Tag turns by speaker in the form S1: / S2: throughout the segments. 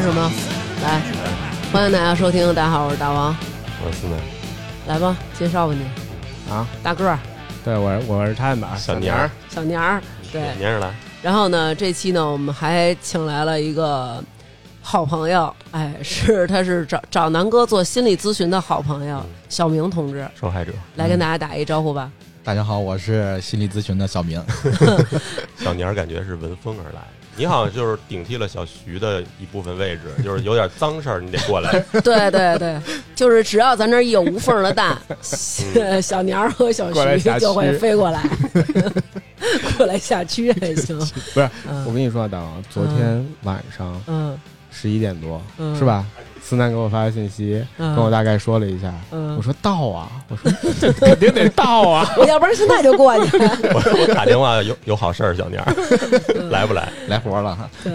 S1: 什么？来，欢迎大家收听，大家好，我是大王，
S2: 我呃是四奶，
S1: 来吧，介绍吧你，
S3: 啊，
S1: 大个儿，
S3: 对我是我是探吧，
S2: 小
S3: 年
S2: 年儿，
S1: 小年儿，对
S2: 小，年儿来，
S1: 然后呢，这期呢，我们还请来了一个好朋友，哎，是
S3: 嗯
S1: 他是找找南哥做心理咨询的好朋友小明同志，
S3: 嗯
S2: 受害者
S1: 来跟大家打一招呼吧。
S4: 大家好，我是心理咨询的小明。
S2: 小年儿感觉是闻风而来。你好像就是顶替了小徐的一部分位置，就是有点脏事儿，你得过来。
S1: 对对 对，就是只要咱这儿一有无缝的蛋，小 小年儿和小
S3: 嗯过来
S1: 徐
S3: 辖区
S1: 就会飞过来， 过来下区还 行。
S3: 不是 我
S1: 嗯
S3: 跟你说啊，大王，昨天晚上
S1: 嗯
S3: 十一点多
S1: 嗯
S3: 是吧？思南给我发的信息，
S1: 嗯
S3: 跟我大概说了一下，
S1: 嗯
S3: 我说到啊，我 说这肯定得到啊，
S1: 我要不然现在就过去。
S2: 我我打电话有有好事儿，小年儿
S3: 嗯
S2: 来不来？
S4: 来活了，
S1: 对，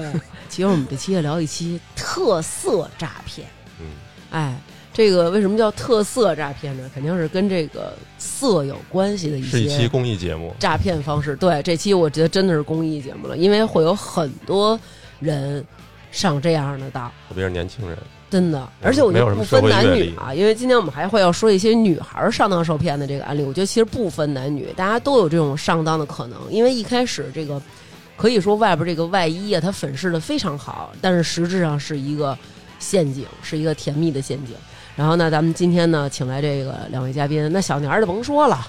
S1: 其实我们这期要聊一期特色诈骗。
S2: 嗯，
S1: 哎，这个为什么叫特色诈骗呢？肯定是跟这个色有关系的一
S2: 是一期
S1: 些
S2: 公益节目，
S1: 诈骗方式。对，这期我觉得真的是公益节目了，因为会有很多人上这样的当。
S2: 特别是年轻人，
S1: 真的，而且我
S2: 没
S1: 觉
S2: 有
S1: 得
S2: 什
S1: 不分
S2: 么社会
S1: 男
S2: 阅
S1: 女
S2: 历
S1: 啊，因为今天我们还会要说一些女孩儿上当受骗的这个案例。我觉得其实不分男女，大家都有这种上当的可能。因为一开始这个可以说外边这个外衣啊，它粉饰的非常好，但是实质上是一个陷阱，是一个甜蜜的陷阱。然后呢，咱们今天呢，请来这个两位嘉宾，那小年儿就甭说了，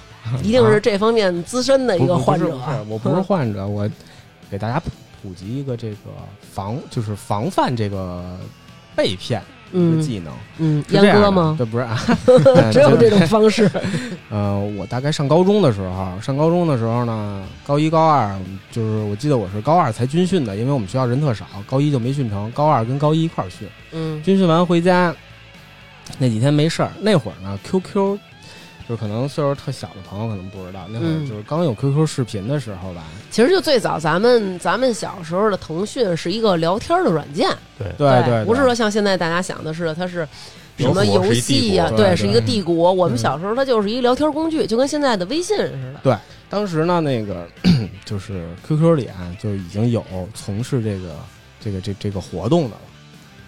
S1: 一定是这方面资深哎的一个
S3: 不
S1: 患
S3: 不是
S1: 者啊
S3: 不是。我不是患者，我给大家普普及一个这个防，就是防范这个被骗的
S1: 嗯
S3: 技能。
S1: 嗯，
S3: 是这
S1: 阉
S3: 样
S1: 割
S3: 的
S1: 吗？
S3: 这不是 啊，
S1: 只有这种方式。
S3: 呃，我大概上高中的时候，上高中的时候呢，高一高二就是我记得我是高二才军训的，因为我们学校人特少，高一就没训成，高二跟高一一块儿训。
S1: 嗯
S3: 军训完回家那几天没事儿，那会儿呢，QQ 就是可能岁数特小的朋友可能不知道，那会
S1: 嗯
S3: 儿就是刚有 QQ 视频的时候吧，
S1: 其实就最早咱们咱们小时候的腾讯是一个聊天的软件，
S3: 对对，
S1: 不是说像现在大家想的是它是什么
S2: 帝
S1: 游
S2: 国是一帝
S1: 戏呀、
S3: 国
S1: 对，
S3: 对
S1: 是一个帝国。我
S3: 嗯
S1: 们小时候它就是一聊天工具，就跟现在的微信似的。
S3: 当时呢，那个 就是 QQ 里啊，就已经有从事这个这个这这个活动的了。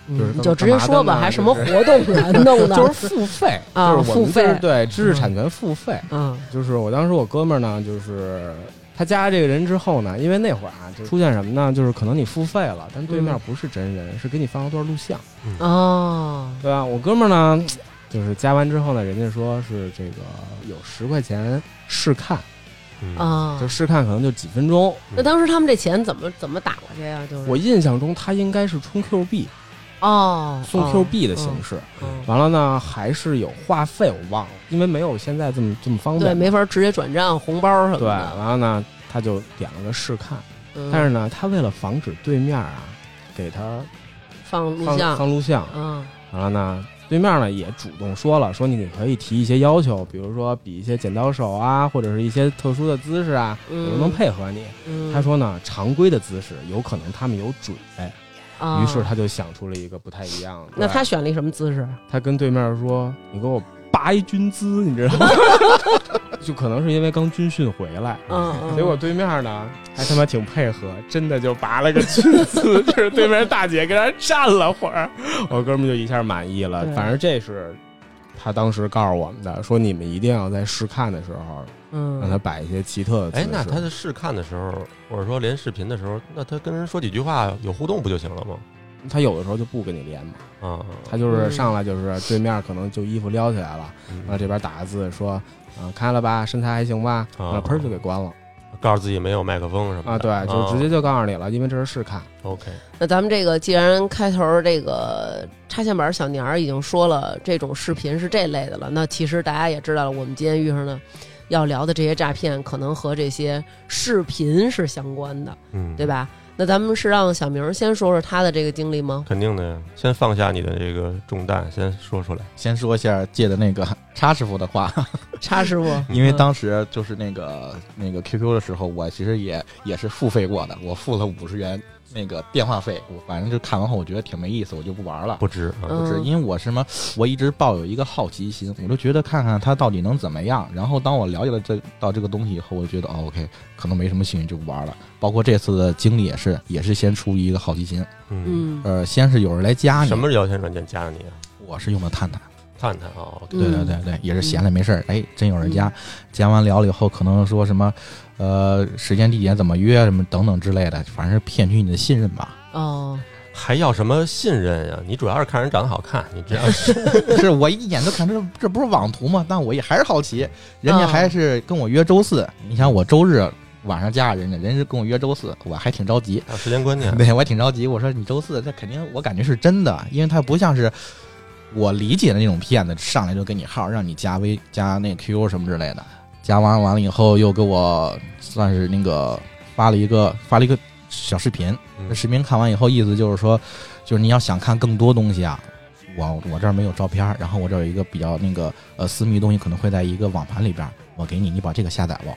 S3: 嗯就是
S1: 嗯你就直接说
S3: 干嘛
S1: 吧，
S3: 呢
S1: 还什么活动啊， 弄的
S3: 就是付费
S1: 啊
S3: 就是我们
S1: 付费
S3: 这是对知识产权付费。
S1: 嗯
S3: 就是我当时我哥们儿呢，就是他加这个人之后呢，因为那会儿啊，就出现什么呢？就是可能你付费了，但对面不是真人，是给你放了段录像，
S1: 哦，
S3: 对吧？我哥们儿呢，就是加完之后呢，人家说是这个有十块钱试看，
S2: 嗯，
S1: 啊
S3: 就。试看可能就几分钟。
S1: 那当时他们这钱怎么怎么打过去呀、就是
S3: 我印象中他应该是充 Q 币，
S1: 哦，
S3: 送
S1: 哦
S3: Q 币的形式。
S1: 嗯
S3: 完了呢，还是有话费，我忘了，因为没有现在这么这么方
S1: 对，
S3: 便。
S1: 没法直接转账红包什么
S3: 对，
S1: 的。
S3: 然后呢，他就点了个试看，
S1: 嗯
S3: 但是呢，他为了防止对面啊给他
S1: 放录
S3: 放
S1: 像，
S3: 放录像，
S1: 嗯
S3: 完了呢，对面呢也主动说了，说你可以提一些要求，比如说比一些剪刀手啊，或者是一些特殊的姿势啊，我都能配合你。
S1: 嗯，
S3: 他说呢，常规的姿势有可能他们有准备，
S1: 啊，
S3: 于是他就想出了一个不太一样的。
S1: 那他
S3: 对
S1: 选了一什么姿势？啊
S3: 他跟对面说：“你给我拔一军姿，你知道吗？” 就可能是因为刚军训回来，
S1: 嗯，嗯
S3: 结果对面呢，还他妈挺配合，真的就拔了个军姿，就是对面大姐跟那儿站了会儿，我哥们就一下满意了
S1: 对。
S3: 反正这是他当时告诉我们的，说你们一定要在试看的时候
S1: 嗯，
S3: 让他摆一些奇特的姿
S2: 哎
S3: 势。，
S2: 那他的试看的时候，或者说连视频的时候，那他跟人说几句话有互动不就行了吗？
S3: 他有的时候就不跟你连嘛，
S2: 啊，
S3: 他就是
S1: 嗯
S3: 上来就是对面可能就衣服撩起来了，然后
S2: 嗯
S3: 这边打个字说啊、看了吧，身材还行吧，
S2: 啊
S3: 然后砰就给关了
S2: 告诉自己没有麦克风什
S3: 啊，
S2: 么的
S3: 对，就直接就告诉你了，因为这是试看。
S2: OK，
S1: 那咱们这个既然开头这个插线板小年儿已经说了这种视频是这类的了，那其实大家也知道了，我们今天遇上的要聊的这些诈骗，可能和这些视频是相关的，
S2: 嗯，
S1: 对？吧？那咱们是让小明儿先说说他的这个经历吗？
S2: 肯定的呀，先放下你的这个重担，先说出来。
S4: 先说一下借的那个 叉师傅的话，
S3: 嗯
S1: 叉师傅，
S4: 因为当时就是那个那个 QQ 的时候，我其实也也是付费过的，我付了五十元那个电话费，我反正就看完后我觉得挺没意思，我就不玩了。
S2: 不值啊，
S1: 嗯
S4: 不是，因为我什么，我一直抱有一个好奇心，我就觉得看看它到底能怎么样。然后当我了解了这到这个东西以后，我就觉得哦，OK，可能没什么兴趣就不玩了。包括这次的经历也是，也是先出于一个好奇心，
S2: 嗯，
S1: 嗯，
S4: 呃，先是有人来加你，
S2: 什么聊天软件加上你啊？
S4: 我是用的探探，
S2: 探探啊，
S1: 嗯
S2: 对，
S4: 对对对对，也是闲了没事儿，哎，真有人加，加完聊了以后，可能说什么，呃，时间地点怎么约什么等等之类的，反正是骗取你的信任吧。
S1: 哦，
S2: 还要什么信任啊？你主要是看人长得好看，你这 样
S4: 是我一眼就看这这不是网图吗？但我也还是好奇，人家还是跟我约周四。你想我周日晚上加人家，人家跟我约周四，我还挺着急。
S2: 还有时间观念。
S4: 对，我还挺着急。我说你周四，这肯定我感觉是真的，因为他不像是我理解的那种骗子，上来就给你号，让你加微加那 QQ 什么之类的。加完完了以后，又给我算是那个发了一个发了一个小视频，
S2: 嗯
S4: 那视频看完以后，意思就是说，就是你要想看更多东西啊，我我这儿没有照片儿，然后我这儿有一个比较那个呃私密的东西，可能会在一个网盘里边儿，我给你，你把这个下载了，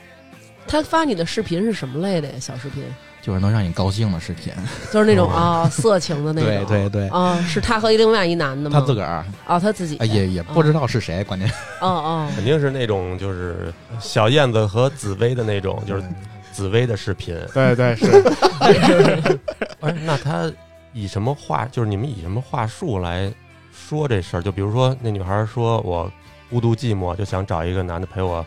S1: 他发你的视频是什么类的呀？小视频
S4: 就是能让你高兴的视频。
S1: 就是那种
S2: 哦
S1: 啊、色情的那
S4: 对
S1: 种，
S4: 对对，
S1: 啊、是他和另外一男的吗？
S4: 他自个儿
S1: 哦，他自己
S4: 啊也也不知道是谁，关键
S1: 哦哦，
S2: 肯定是那种就是小燕子和紫薇的那种，就是
S4: 嗯
S2: 紫薇的视频。
S3: 对对是，
S2: 哎，那他以什么话？就是你们以什么话术来说这事儿？就比如说，那女孩说我孤独寂寞，就想找一个男的陪我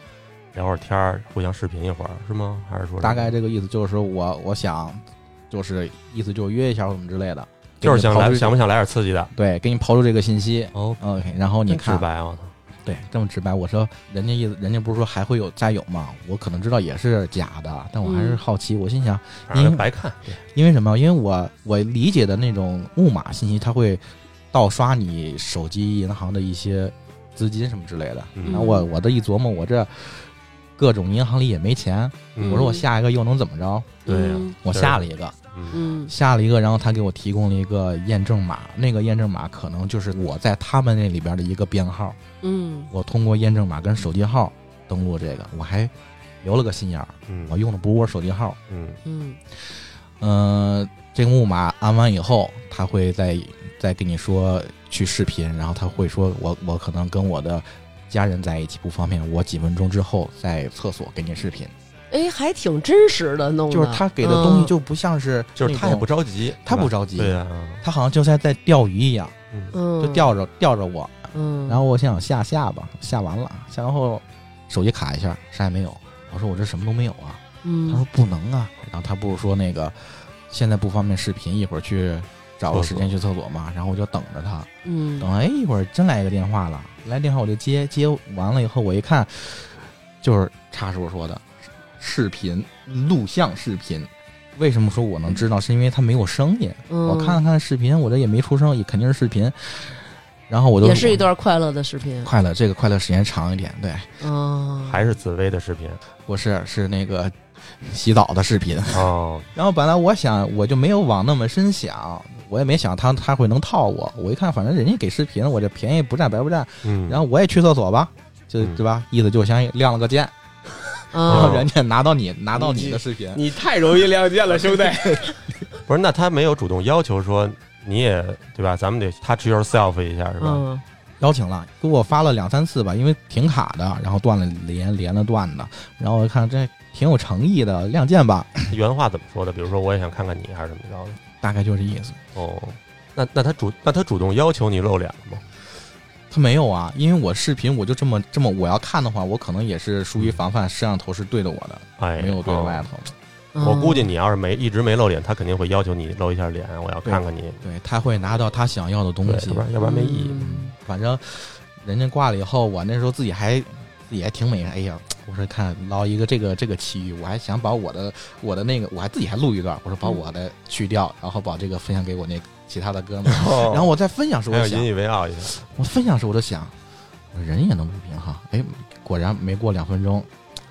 S2: 聊会儿天儿，互相视频一会儿，是吗？还是说
S4: 大概这个意思就是说我我想，就是意思就是约一下或什么之类的，
S2: 就是想来
S4: 给你刨出
S2: 想不想来点刺激的？
S4: 对，给你刨出这个信息
S2: 哦，
S4: ，OK，然后你
S2: 真直
S4: 看，
S2: 白啊！
S4: 对，这么直白，我说人家意思，人家不是说还会有再有吗？我可能知道也是假的，但我还是
S1: 嗯
S4: 好奇，我心想，
S2: 反正
S4: 您
S2: 白看，对
S4: 因为什么？因为我我理解的那种木马信息，它会盗刷你手机银行的一些资金什么之类的。然
S2: 嗯
S4: 后我我这一琢磨，我这各种银行里也没钱，
S2: 嗯
S4: 我说我下一个又能怎么着？
S2: 对呀
S1: 嗯
S4: 我
S2: 是
S4: 下了一个，
S2: 嗯
S1: 嗯
S4: 下了一个，然后他给我提供了一个验证码，那个验证码可能就是我在他们那里边的一个编号，
S1: 嗯
S4: 我通过验证码跟手机号登录这个，我还留了个心眼儿，
S2: 嗯
S4: 我用的不是我手机号，
S2: 嗯
S1: 嗯
S4: 嗯、这个木马按完以后，他会再再跟你说去视频，然后他会说我我可能跟我的家人在一起不方便，我几分钟之后在厕所给你视频，
S1: 哎，还挺真实的弄的，
S4: 就是他给的东西
S1: 嗯
S4: 就不像是
S2: 就是他也不
S4: 着，
S2: 着急，
S4: 他不
S2: 着
S4: 着急，
S2: 对呀，
S4: 他好像就像在钓鱼一样。
S2: 嗯，
S1: 嗯
S4: 就吊着吊着我，
S1: 嗯，
S4: 然后我想下下吧，下完了，下完后手机卡一下，啥也没有。我说我这什么都没有啊，他说
S1: 嗯
S4: 不能啊，然后他不是说那个现在不方便视频，一会儿去找个时间去厕所嘛，然后我就等着他，
S1: 嗯
S4: 等哎一会儿真来一个电话了，来电话我就接，接完了以后我一看，就是叉师傅说的视频录像视频。为什么说我能知道？是因为他没有声音。
S1: 嗯，
S4: 我看了看视频，我这也没出声，也肯定是视频。然后我就
S1: 也是一段快乐的视频，
S4: 快乐，这个快乐时间长一点。对，
S1: 嗯，
S2: 还是紫薇的视频
S4: 不是是那个洗澡的视频。
S2: 哦，
S4: 然后本来我想我就没有往那么深想，我也没想他他会能套我。我一看，反正人家给视频，我这便宜不占白不占。
S2: 嗯，
S4: 然后我也去厕所吧，就
S2: 嗯
S4: 对吧？意思就相亮了个剑，然
S1: 嗯
S4: 后人家拿到你拿到你的视频。
S3: 你太容易亮剑了，兄弟。
S2: 不是，那他没有主动要求说你也对吧？咱们得 touch yourself 一下是吧？
S1: 嗯
S4: 邀请了，给我发了两三次吧，因为挺卡的，然后断了连，连了断的，然后我看这挺有诚意的，亮剑吧，
S2: 原话怎么说的？比如说我也想看看你，还是怎么着的？
S4: 大概就这意思。
S2: 哦，那那他主那他主动要求你露脸了吗？
S4: 他没有啊，因为我视频我就这么这么，我要看的话，我可能也是疏于防范，摄像头是对着我的，
S2: 嗯哎，
S4: 没有对着外
S2: 哦
S4: 头。
S1: 嗯，
S2: 我估计你要是没一直没露脸，他肯定会要求你露一下脸，我要看看你。
S4: 对他会拿到他想要的
S2: 对
S4: 东，西
S2: 要不。然要不然没意义。
S1: 嗯
S4: 反正人家挂了以后，我那时候自己还自己还挺美，哎呀，我说看捞一个这个这个奇遇，我还想把我的我的那个，我还自己还录一段，我说
S2: 嗯
S4: 把我的去掉，然后把这个分享给我那其他的哥们儿。嗯然
S2: 然
S4: 后我在分享时，
S2: 哦还
S4: 我
S2: 要
S4: 就想
S2: 引，以为傲一下，
S4: 我分享时我就想，我说人也能录屏哈，哎，果然没过两分钟，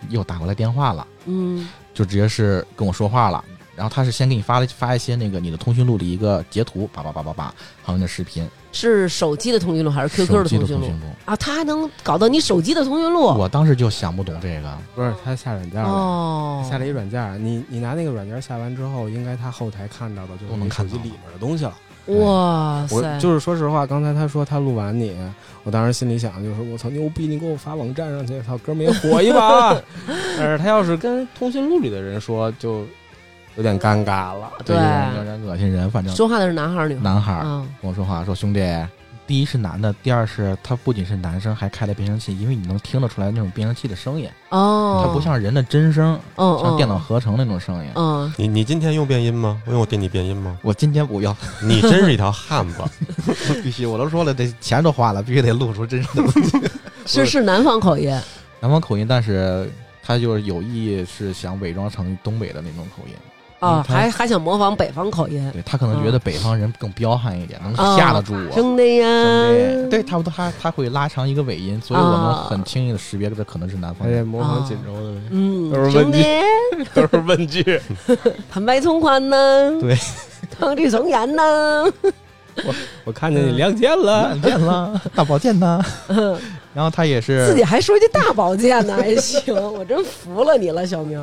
S4: 又打过来电话了。
S1: 嗯
S4: 就直接是跟我说话了。然后他是先给你发了发一些那个你的通讯录的一个截图，叭叭叭叭叭，还有那视频，
S1: 是手机的通讯录还是 QQ
S4: 手机
S1: 通
S4: 的
S1: 讯
S4: 通
S1: 录
S4: 讯录。
S1: 啊？他还能搞到你手机的通讯录
S4: 我当时就想不懂这个，
S3: 不是他下软件了。
S1: 哦，
S3: 下了一软件儿，你你拿那个软件儿下完之后，应该他后台看到的就是
S4: 都能
S3: 你
S4: 看
S3: 手机
S4: 到
S3: 里面的东西了。
S1: 哇
S3: 我
S1: 塞，
S3: 就是说实话，刚才他说他录完你，我当时心里想就是我操牛逼，你给我发网站上去，操哥们也火一 把。但是他要是跟通讯录里的人说，就有点尴尬了。
S1: 对
S4: 有点有点恶心人。反正
S1: 说话的是男孩儿女孩
S4: 男孩
S1: 儿？
S4: 儿
S1: 嗯，
S4: 跟我说话说兄弟，第一是男的，第二是他不仅是男生，还开了变声器，因为你能听得出来那种变声器的声音，
S1: 哦，
S4: 它不像人的真声，
S1: 嗯
S4: 像
S1: 嗯
S4: 电脑合成那种声音。
S1: 嗯，
S2: 你你今天用变音吗？我用我给你变音吗？
S4: 我今天不要，
S2: 你真是一条汉子。
S4: 必须我都说了，这钱都花了，必须得录出真声的自己。
S1: 是是南方口音，
S4: 南方口音，但是他就是有意是想伪装成东北的那种口音，
S1: 啊，
S4: 嗯他
S1: 还还想模仿北方口音，
S4: 对他可能觉得北方人更彪悍一点，能吓得住我。
S1: 真的
S4: 对，
S1: 呀，
S4: 对，差不多，他他会拉长一个尾音，所以我能很轻易的识别这可能是南方
S3: 他
S4: 人。
S3: 也哎模仿锦州的呗，
S1: 嗯
S3: 都，是问
S1: 兄
S3: 句
S1: 弟，
S3: 都是问句。
S1: 坦白从宽呢，
S4: 对，
S1: 抗拒从严 呢，
S3: 我看
S1: 嗯
S3: 见你亮剑了，
S4: 软件啦，大保健呐，然后他也
S1: 自己
S4: 是，
S1: 还说一句大保健呢，还行，我真服了你了，小 明。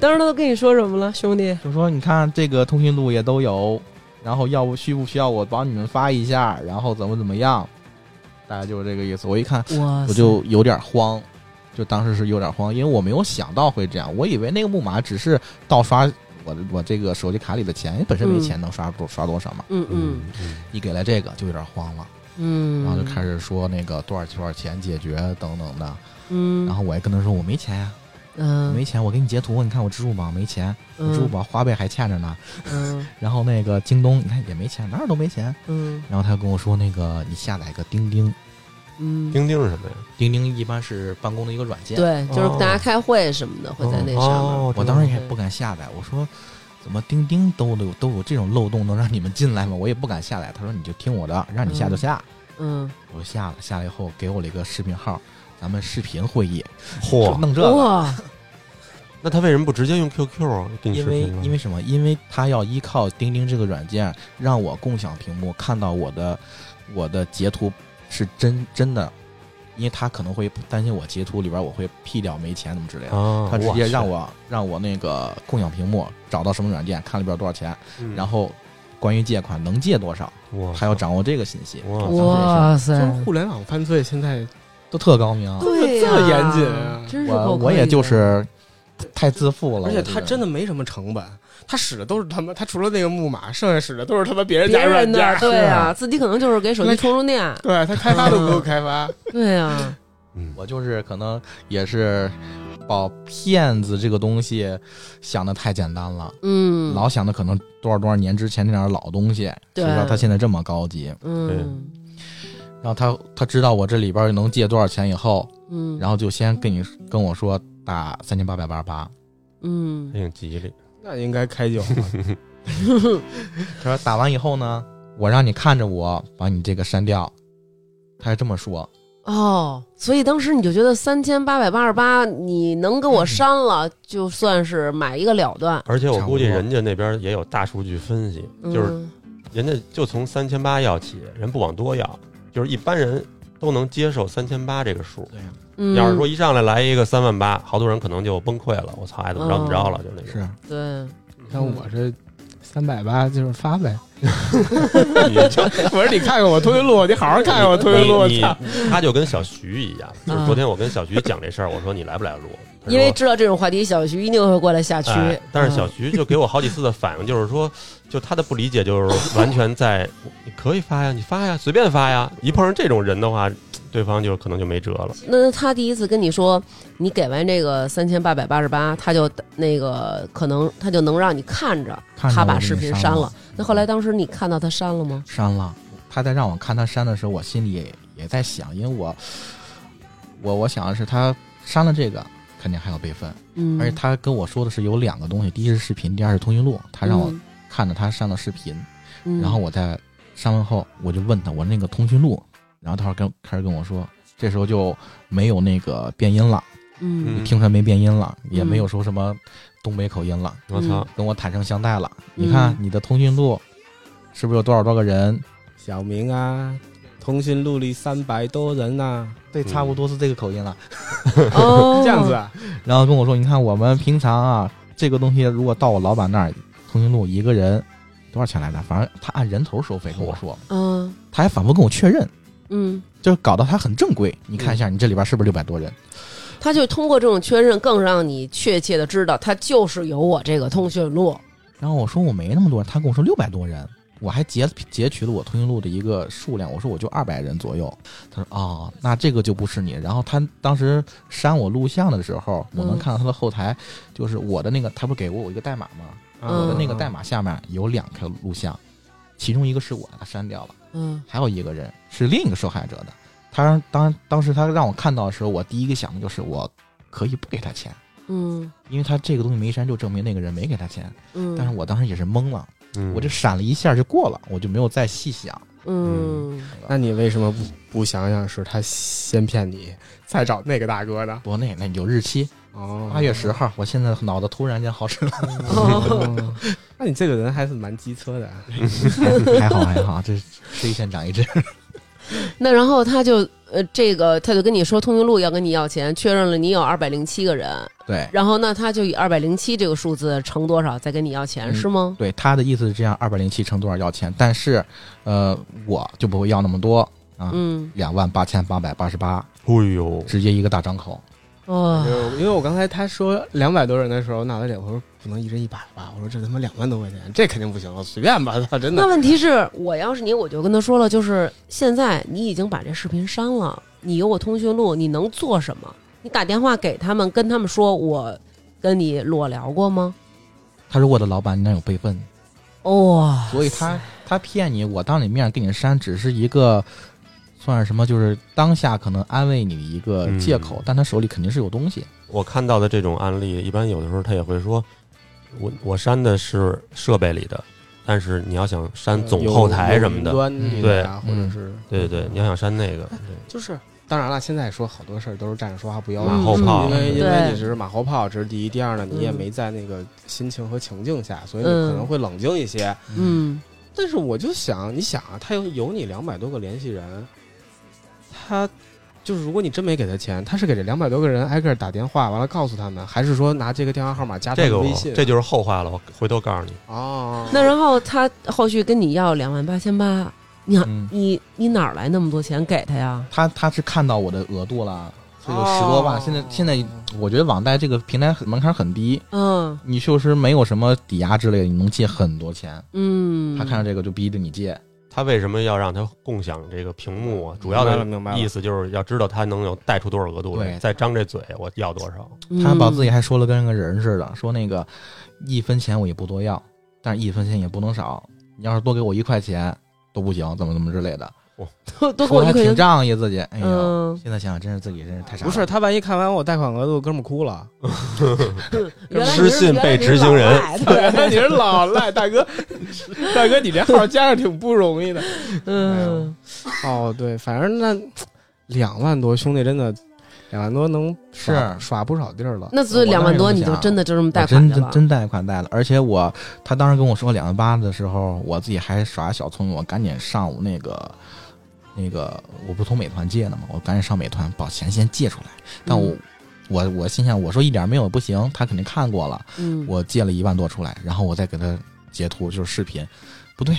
S1: 当时他都跟你说什么了，兄弟？
S4: 就说你看这个通讯录也都有，然后要不需不需要我帮你们发一下，然后怎么怎么样，大概就是这个意思。我一看
S1: 我
S4: 我就有点慌，就当时是有点慌，因为我没有想到会这样，我以为那个木马只是盗刷我的我这个手机卡里的钱，因为本身没钱能刷多刷多少嘛，
S1: 嗯嗯
S2: 嗯，
S4: 一给了这个就有点慌了，
S1: 嗯，
S4: 然后就开始说那个多少多少钱解决等等的，
S1: 嗯，
S4: 然后我还跟他说我没钱呀、啊
S1: 嗯
S4: 没钱，我给你截图，你看我支付宝没钱，我支付
S1: 嗯
S4: 宝花呗还欠着呢，
S1: 嗯
S4: 然后那个京东你看也没钱，哪儿都没钱，
S1: 嗯
S4: 然后他跟我说那个你下载个钉钉，
S1: 嗯，
S2: 钉钉是什么呀？
S4: 钉钉一般是办公的一个软件，
S1: 对，就是大
S4: 哦
S1: 家开会什么的会在那上面。
S2: 哦，
S4: 我当时也不敢下载，我说怎么钉钉都有都有这种漏洞，能让你们进来吗？我也不敢下载。他说你就听我的，让你下就下。
S1: 嗯，
S4: 我就下了，下了以后给我了一个视频号，咱们视频会议，就
S2: 嚯，
S4: 弄这个。
S1: 哇，
S2: 那他为什么不直接用 QQ 啊给你视
S4: 因为
S2: 频呢？
S4: 因为什么？因为他要依靠钉钉这个软件，让我共享屏幕，看到我的我的截图是真真的，因为他可能会担心我截图里边我会 P 掉没钱什么之类的。
S2: 啊，
S4: 他直接让
S2: 我
S4: 我让我那个共享屏幕找到什么软件，看里边有多少钱，
S2: 去，嗯
S4: 然后关于借款能借多少，
S2: 我
S4: 还要掌握这个信息，
S2: 哇
S1: 哇塞，
S4: 嗯
S3: 就是互联网犯罪现在
S4: 都特高明。啊
S1: 对呀
S3: 这么严谨啊
S1: 真是
S4: 我
S1: 够
S4: 我
S1: 可以
S4: 也
S1: 的
S4: 就是太自负了，
S3: 而且他真
S4: 的
S3: 的没什么成本，他使的都是他妈，他除了那个木马，剩下使的都是他妈别人
S1: 别
S3: 家软
S1: 人
S3: 件
S1: 的，
S3: 儿。
S1: 对呀，自己可能就是给手机充充 电，
S3: 对他开发都不够开发，
S1: 对呀，
S2: 嗯
S4: 我就是可能也是把骗子这个东西想的太简单了，
S1: 嗯，
S4: 老想的可能多少多少年之前那点老东西，谁
S1: 对
S4: 知道他现在这么高级？
S1: 嗯
S4: 然后他他知道我这里边能借多少钱以后，
S1: 嗯，
S4: 然后就先跟你跟我说打三千八百八十八，
S1: 嗯
S2: 挺吉利，
S3: 那应该开酒了。
S2: 哎
S4: 他说打完以后呢，我让你看着我把你这个删掉，他还这么说。
S1: 哦，所以当时你就觉得三千八百八十八，你能给我
S2: 嗯
S1: 删了，就算是买一个了断。
S2: 而且我估计
S4: 差不多
S2: 人家那边也有大数据分析，就是
S1: 嗯
S2: 人家就从三千八要起，人不往多要，就是一般人都能接受三千八这个数。
S4: 对呀、
S1: 嗯，
S2: 要是说一上来来一个三万八，好多人可能就崩溃了，我操，爱
S1: 哦
S2: 怎么着怎么着了，就那种。
S4: 是
S2: 哎
S1: 对，
S3: 你看我这三百八就是发呗。
S2: 你就
S3: 我说你看看我通讯录，你 好好看看我通讯录。我
S2: 你
S3: 操，
S2: 你他就跟小徐一样，就是昨天我跟小徐讲这事儿，我说你来不来录？他说
S1: 因为知道这种话题，小徐一定会过来下区
S2: 哎。但是小
S1: 嗯
S2: 徐就给我好几次的反应，就是说，就他的不理解，就是完全在你可以发呀，你发呀，随便发呀。一碰上这种人的话，对方就可能就没辙了。
S1: 那他第一次跟你说，你给完这个三千八百八十八，他就那个可能他就能让你看着
S4: 看着
S1: 他把
S4: 我给
S1: 视
S4: 你
S1: 频
S4: 删
S1: 删
S4: 了
S1: 了。那后来当时你看到他删了吗？
S4: 删了。他在让我看他删的时候，我心里也也在想，因为我我我想的是他删了这个肯定还有备份，
S1: 嗯，
S4: 而且他跟我说的是有两个东西，第一是视频，第二是通讯录。他让我
S1: 嗯，
S4: 看着他删了视频，
S1: 嗯
S4: 然后我在删完后，我就问他我那个通讯录，然后他跟开始跟我说，这时候就没有那个变音了。
S1: 嗯
S2: 嗯
S4: 听出来没变音了，也
S1: 嗯
S4: 没有说什么东北口音了，
S2: 我操，
S4: 跟我坦诚相待了。你看
S1: 嗯
S4: 你的通讯录是不是有多少多少个人
S3: 小明啊，通讯录里三百多人呐、
S4: 对，差不多是这个口音了。嗯
S1: 哦，
S3: 这样子啊，
S4: 然后跟我说：“你看，我们平常啊，这个东西如果到我老板那儿，通讯录一个人多少钱来着？反正他按人头收费跟我说，
S1: 嗯
S4: 他还反复跟我确认，
S1: 嗯，
S4: 就是搞得他很正规。你看一下，你这里边是不是六百多人？
S1: 他就通过这种确认，更让你确切的知道他就是有我这个通讯录。
S4: 然后我说我没那么多人，他跟我说六百多人，我还截截取了我通讯录的一个数量，我说我就二百人左右。他说哦，那这个就不是你。然后他当时删我录像的时候，我能
S1: 嗯
S4: 看到他的后台，就是我的那个，他不是给过我一个代码吗？
S3: 啊
S4: 我的那个代码下面有两条录像，其中一个是我的，他删掉了，
S1: 嗯
S4: 还有一个人是另一个受害者的。他让当当时他让我看到的时候，我第一个想的就是我可以不给他钱，
S1: 嗯
S4: 因为他这个东西没删，就证明那个人没给他钱。
S1: 嗯，
S4: 但是我当时也是懵了。
S2: 嗯
S4: 我这闪了一下就过了，我就没有再细啊想。
S1: 嗯
S3: 那你为什么不不想想是他先骗你，再找那个大哥的？
S4: 不过那那有日期，
S3: 哦，
S4: 八月十号。我现在脑子突然间好使了，
S3: 哦。 那你这个人还是蛮机车的啊，
S4: 还好还好，这吃一堑长一智。
S1: 那然后他就呃，这个他就跟你说通讯录要跟你要钱，确认了你有二百零七个人，
S4: 对
S1: 然后那他就以二百零七这个数字乘多少再跟你要钱、
S4: 嗯
S1: 是吗？
S4: 对，他的意思是这样，二百零七乘多少要钱？但是，呃，我就不会要那么多啊，
S1: 嗯，
S4: 两万八千八百八十八，
S2: 哎呦，
S4: 直接一个大张口。
S1: 哦
S3: 因，为我因为我刚才他说两百多人的时候，我脑袋里我说不能一人一百吧，我说这他妈两万多块钱，这肯定不行，我随便吧，操，真
S1: 那
S3: 的。
S1: 问题是我要是你，我就跟他说了，就是现在你已经把这视频删了，你有我通讯录，你能做什么？你打电话给他们，跟他们说我跟你裸聊过吗？
S4: 他说我的老板那有备份，
S1: 哇、
S3: 哦
S4: 所以他他骗你，我当你面给你删，只是一个算是什么，就是当下可能安慰你的一个借口，
S2: 嗯
S4: 但他手里肯定是有东西。
S2: 我看到的这种案例，一般有的时候他也会说，我我删的是设备里的，但是你要想删总后台什么的
S3: 嗯有，云端里的啊，
S4: 嗯
S3: 或
S4: 对
S3: 者是
S2: 对对对，你要想删那个，
S3: 就是。当然了，现在说好多事儿都是站着说话不腰
S2: 马
S3: 疼，
S2: 后炮
S3: 嗯因为因为
S1: 对
S3: 你只是马后炮，这是第一。第二呢，你也
S1: 嗯
S3: 没在那个心情和情境下，所以你
S1: 嗯
S3: 可能会冷静一些。
S1: 嗯
S3: 但是我就想，你想啊，他有有你两百多个联系人，他就是如果你真没给他钱，他是给这两百多个人挨个打电话，完了告诉他们，还是说拿这个电话号码加他
S2: 这
S3: 们
S2: 个我
S3: 微信啊？
S2: 这就是后话了，我回头告诉你。
S3: 哦，
S1: 那然后他后续跟你要两万八千八，你、
S4: 嗯
S1: 你你哪儿来那么多钱给他呀？
S4: 他他是看到我的额度了，是有十多万。
S3: 哦
S4: 现在现在我觉得网贷这个平台很门槛很低，
S1: 嗯
S4: 你就是没有什么抵押之类的，你能借很多钱。
S1: 嗯，
S4: 他看到这个就逼着你借，
S2: 他为什么要让他共享这个屏幕啊？主
S3: 明
S2: 要
S3: 白了
S2: 的
S3: 明白了
S2: 意思就是要知道他能有带出多少额度
S4: 对
S2: 来，再张这嘴我要多少。
S4: 他把自
S1: 己
S4: 己还说了跟个人似的，说那个一分钱我也不多要，但是一分钱也不能少，你要是多给我一块钱都不行，怎么怎么之类的，
S1: 都都给
S4: 说
S1: 我
S4: 还
S1: 一块
S4: 挺
S1: 钱，
S4: 仗义自己。哎呦，
S1: 嗯，
S4: 现在想想真是自己真是太傻
S3: 不
S4: 了。
S3: 是他万一看完我贷款额度，哥们儿哭了，
S1: 原来
S2: 失
S1: 你是
S2: 信被执行人，
S1: 原来你
S3: 你
S1: 是
S3: 是老赖大 哥，大哥你这号加上挺不容易的。
S1: 老赖嗯
S3: 哦，对，反正那两万多，兄弟真的。两万多能耍
S4: 是
S3: 耍不少地儿了，
S1: 那所以
S4: 我
S1: 两万
S4: 当
S1: 多
S4: 然
S1: 你
S4: 不
S1: 就
S4: 想
S1: 真的就这么
S4: 我
S1: 贷款
S4: 真
S1: 去
S4: 真
S1: 了？
S4: 真贷款贷了，而且我他当时跟我说两万八的时候，我自己还耍小聪明，我赶紧上我那个那个，我不从美团借的嘛，我赶紧上美团把钱先借出来。但
S1: 嗯
S4: 我、我我心想，我说一点没有不行，他肯定看过了，
S1: 嗯，
S4: 我借了一万多出来，然后我再给他截图，就是视频，不对，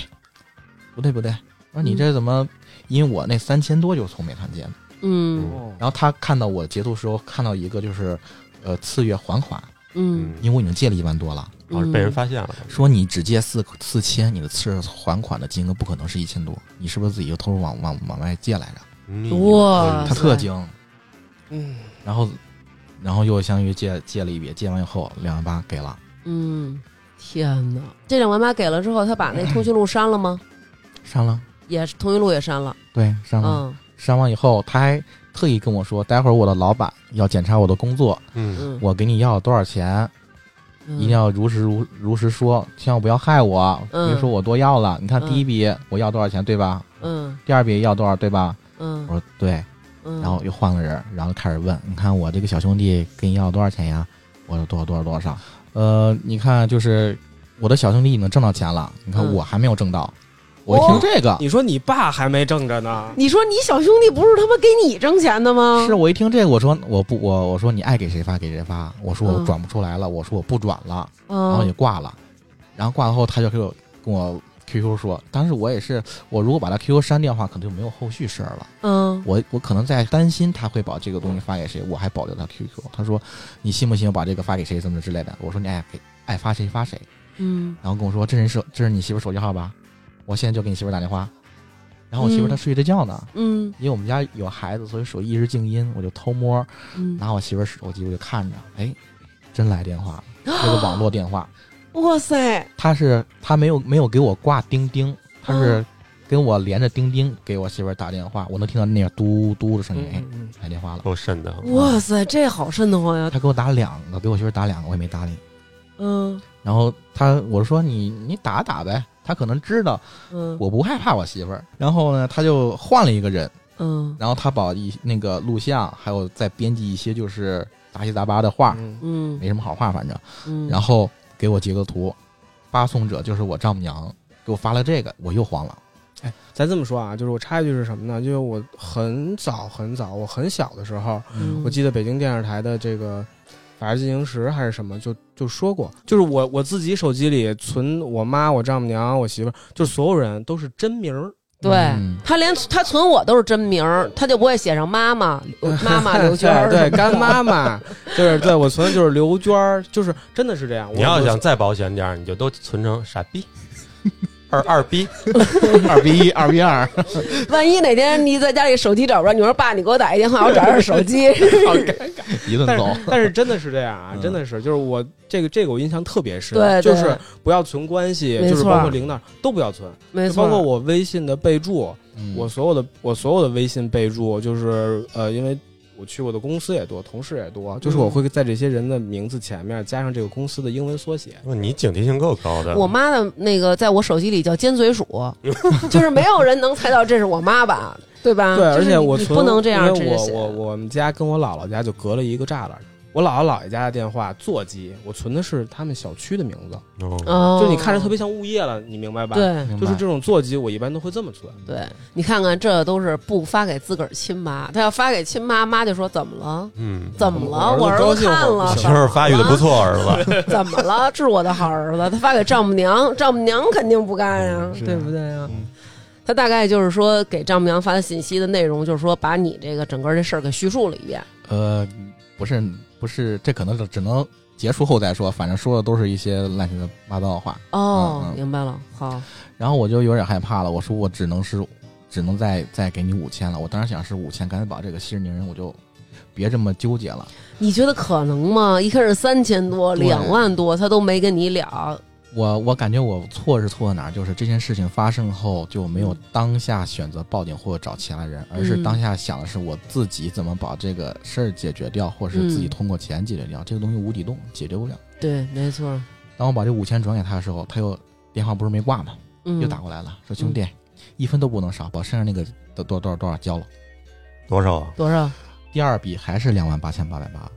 S4: 不对不对，我说你这怎么？因为我那三千多就是从美团借的，
S1: 嗯
S3: 哦
S4: 然后他看到我截图时候看到一个就是，呃，次月还款，
S1: 嗯，
S2: 嗯，
S4: 因为我已经借了一万多了。
S2: 老是被人发现了。
S4: 说你只借四四千，你的次日还款的金额不可能是一千多，你是不是自己又偷偷往往往外借来着？
S2: 嗯
S1: 哇
S4: 他特精，
S3: 嗯，
S4: 然后然后又相当于借借了一笔，借完以后两万八给了，
S1: 嗯，天哪！这两万八给了之后，他把那通讯录删了吗？
S4: 删了，
S1: 也是通讯录也删了。
S4: 对，删了，
S1: 嗯
S4: 删完以后他还特意跟我说，待会儿我的老板要检查我的工作，
S2: 嗯，
S1: 嗯，
S4: 我给你要多少钱，
S1: 嗯
S4: 一定要如实如如实说，千万不要害我，
S1: 嗯
S4: 别说我多要了。你看
S1: 嗯
S4: 第一笔我要多少钱，对吧？
S1: 嗯
S4: 第二笔要多少，对吧？我
S1: 嗯
S4: 说对。
S1: 嗯，
S4: 然后又换个人，然后开始问，你看我这个小兄弟跟你要多少钱呀？我说多少多少多少。呃，你看就是我的小兄弟已经挣到钱了，你看
S1: 嗯
S4: 我还没有挣到，我一听这个，
S3: 你说你爸还没挣着呢，
S1: 你说你小兄弟不是他妈给你挣钱的吗？
S4: 是我一听这个，我说我不我我说你爱给谁发给谁发，我说我
S1: 嗯
S4: 转不出来了，我说我不转了，然后
S1: 嗯
S4: 也挂了，然后挂了后他就给我跟我 QQ 说，当时我也是，我如果把他 QQ 删掉的话，可能就没有后续事儿了。
S1: 嗯
S4: 我我可能在担心他会把这个东西发给谁，我还保留他 QQ。他说你信不信我把这个发给谁，怎么之类的？我说你爱给爱发谁发谁。
S1: 嗯
S4: 然后跟我说这人手这是你媳妇手机号吧？我现在就给你媳妇打电话。然后我媳妇
S1: 嗯
S4: 她睡着觉呢，
S1: 嗯
S4: 因为我们家有孩子，所以手机一直静音，我就偷摸
S1: 嗯，
S4: 拿我媳妇手机我就看着，哎，真来电 话了，这个网络电话。
S1: 哇塞，
S4: 他是他没有没有给我挂钉钉，他
S3: 哦
S4: 是跟我连着钉钉给我媳妇儿打电话，我能听到那个嘟嘟的声音，哎，
S3: 嗯
S4: 来电话了。
S2: 够瘆得慌。
S1: 哇塞，这好瘆得慌呀！
S4: 他给我打两个，给我媳妇儿打两个，我也没搭理。
S1: 嗯
S4: 然后他我说你你打打呗，他可能知道
S1: 嗯
S4: 我不害怕我媳妇儿。然后呢，他就换了一个人，
S1: 嗯
S4: 然后他把一那个录像，还有再编辑一些就是杂七杂八的话，
S3: 嗯
S1: 嗯
S4: 没什么好话，反正。
S1: 嗯，
S4: 然后给我截个图，发送者就是我丈母娘，给我发了这个，我又慌了。
S3: 哎，咱这么说啊，就是我插一句是什么呢？就是我很早很早，我很小的时候，
S1: 嗯
S3: 我记得北京电视台的这个《法制进行时》还是什么，就就说过，就是我我自己手机里存我妈、我丈母娘、我媳妇儿，就是所有人都是真名儿。
S1: 对、
S4: 嗯
S1: 他连他存我都是真名儿，他就不会写上妈 妈、妈妈刘娟儿 什么的
S3: 哎对对，干妈妈，就是对我存的就是刘娟儿，就是真的是这样。
S2: 你要
S3: 我
S2: 想再保险点儿，你就都存成傻逼、二二逼，
S4: 二比一，二比二，
S1: 万一哪天你在家里手机找不着，你说爸，你给我打一电话，我找一下手 机。
S4: 一顿
S3: 但
S4: 揍。
S3: 是但是真的是这样啊，
S4: 嗯
S3: 真的是，就是我这个这个我印象特别深，
S1: 对对
S3: 就是不要存关系，
S1: 没
S3: 就是
S1: 错
S3: 包括零那儿都不要存，
S1: 没
S3: 就
S1: 错，
S3: 包括我微信的备注，
S4: 嗯
S3: 我所有的我所有的微信备注，就是呃，因为我去过的公司也多，同事也多，
S2: 嗯
S3: 就是我会在这些人的名字前面加上这个公司的英文缩写。
S2: 哇你警惕性够高的。
S1: 我妈的那个在我手机里叫尖 嘴鼠，就是没有人能猜到这是我妈吧，对吧？
S3: 对，
S1: 就
S3: 而
S1: 是
S3: 且
S1: 你
S3: 我
S1: 你
S3: 存
S1: 不能这样直
S3: 因
S1: 接
S3: 为
S1: 写。
S3: 我我我们家跟我姥姥家就隔了一个栅栏。我姥姥姥爷家的电话座机，我存的是他们小区的名字，
S2: 哦，
S1: 哦，
S3: 就你看着特别像物业了，你明白吧？，
S1: 对
S4: 明白
S3: 就是这种座机，我一般都会这么存。
S1: 对，你看看这都是不发给自个儿亲妈，他要发给亲妈，妈就说怎么了？
S2: 嗯，
S1: 怎么了？
S3: 我
S1: 我
S3: 儿
S1: 儿
S3: 子高
S1: 子
S3: 兴
S1: 看了，
S3: 我
S2: 媳妇儿发育的不错，儿子。
S1: 怎么了，怎么了？这是我的好儿子，他发给丈母娘，丈母娘肯定不干呀，
S3: 是啊
S1: 对不对呀、
S3: 嗯
S1: 他大概就是说给丈母娘发的信息的内容，就是说把你这个整个这事儿给叙述了一遍。
S4: 呃，不是不是，这可能只能结束后再说，反正说的都是一些乱七八糟的话。
S1: 哦，
S4: 嗯嗯
S1: 明白了，好，
S4: 然后我就有点害怕了，我说我只能是只能再再给你五千了。我当时想是五千，赶紧把这个息事宁人，我就别这么纠结了。
S1: 你觉得可能吗？一开始三千多，
S4: 对
S1: 两万多，他都没跟你了。
S4: 我我感觉我错是错在哪儿，就是这件事情发生后就没有当下选择报警或者找其他人，而是当下想的是我自己怎么把这个事儿解决掉，或者是自己
S1: 嗯
S4: 通过钱解决掉。这个东西无底洞，解决不了。
S1: 对，没错，
S4: 当我把这五千转给他的时候，他又电话不是没挂吗？
S1: 嗯，
S4: 又打过来了，说兄弟，一分都不能少，把身上那个多多多少多少交了。
S2: 多少啊？
S1: 多少？
S4: 第二笔还是两万八千八百八，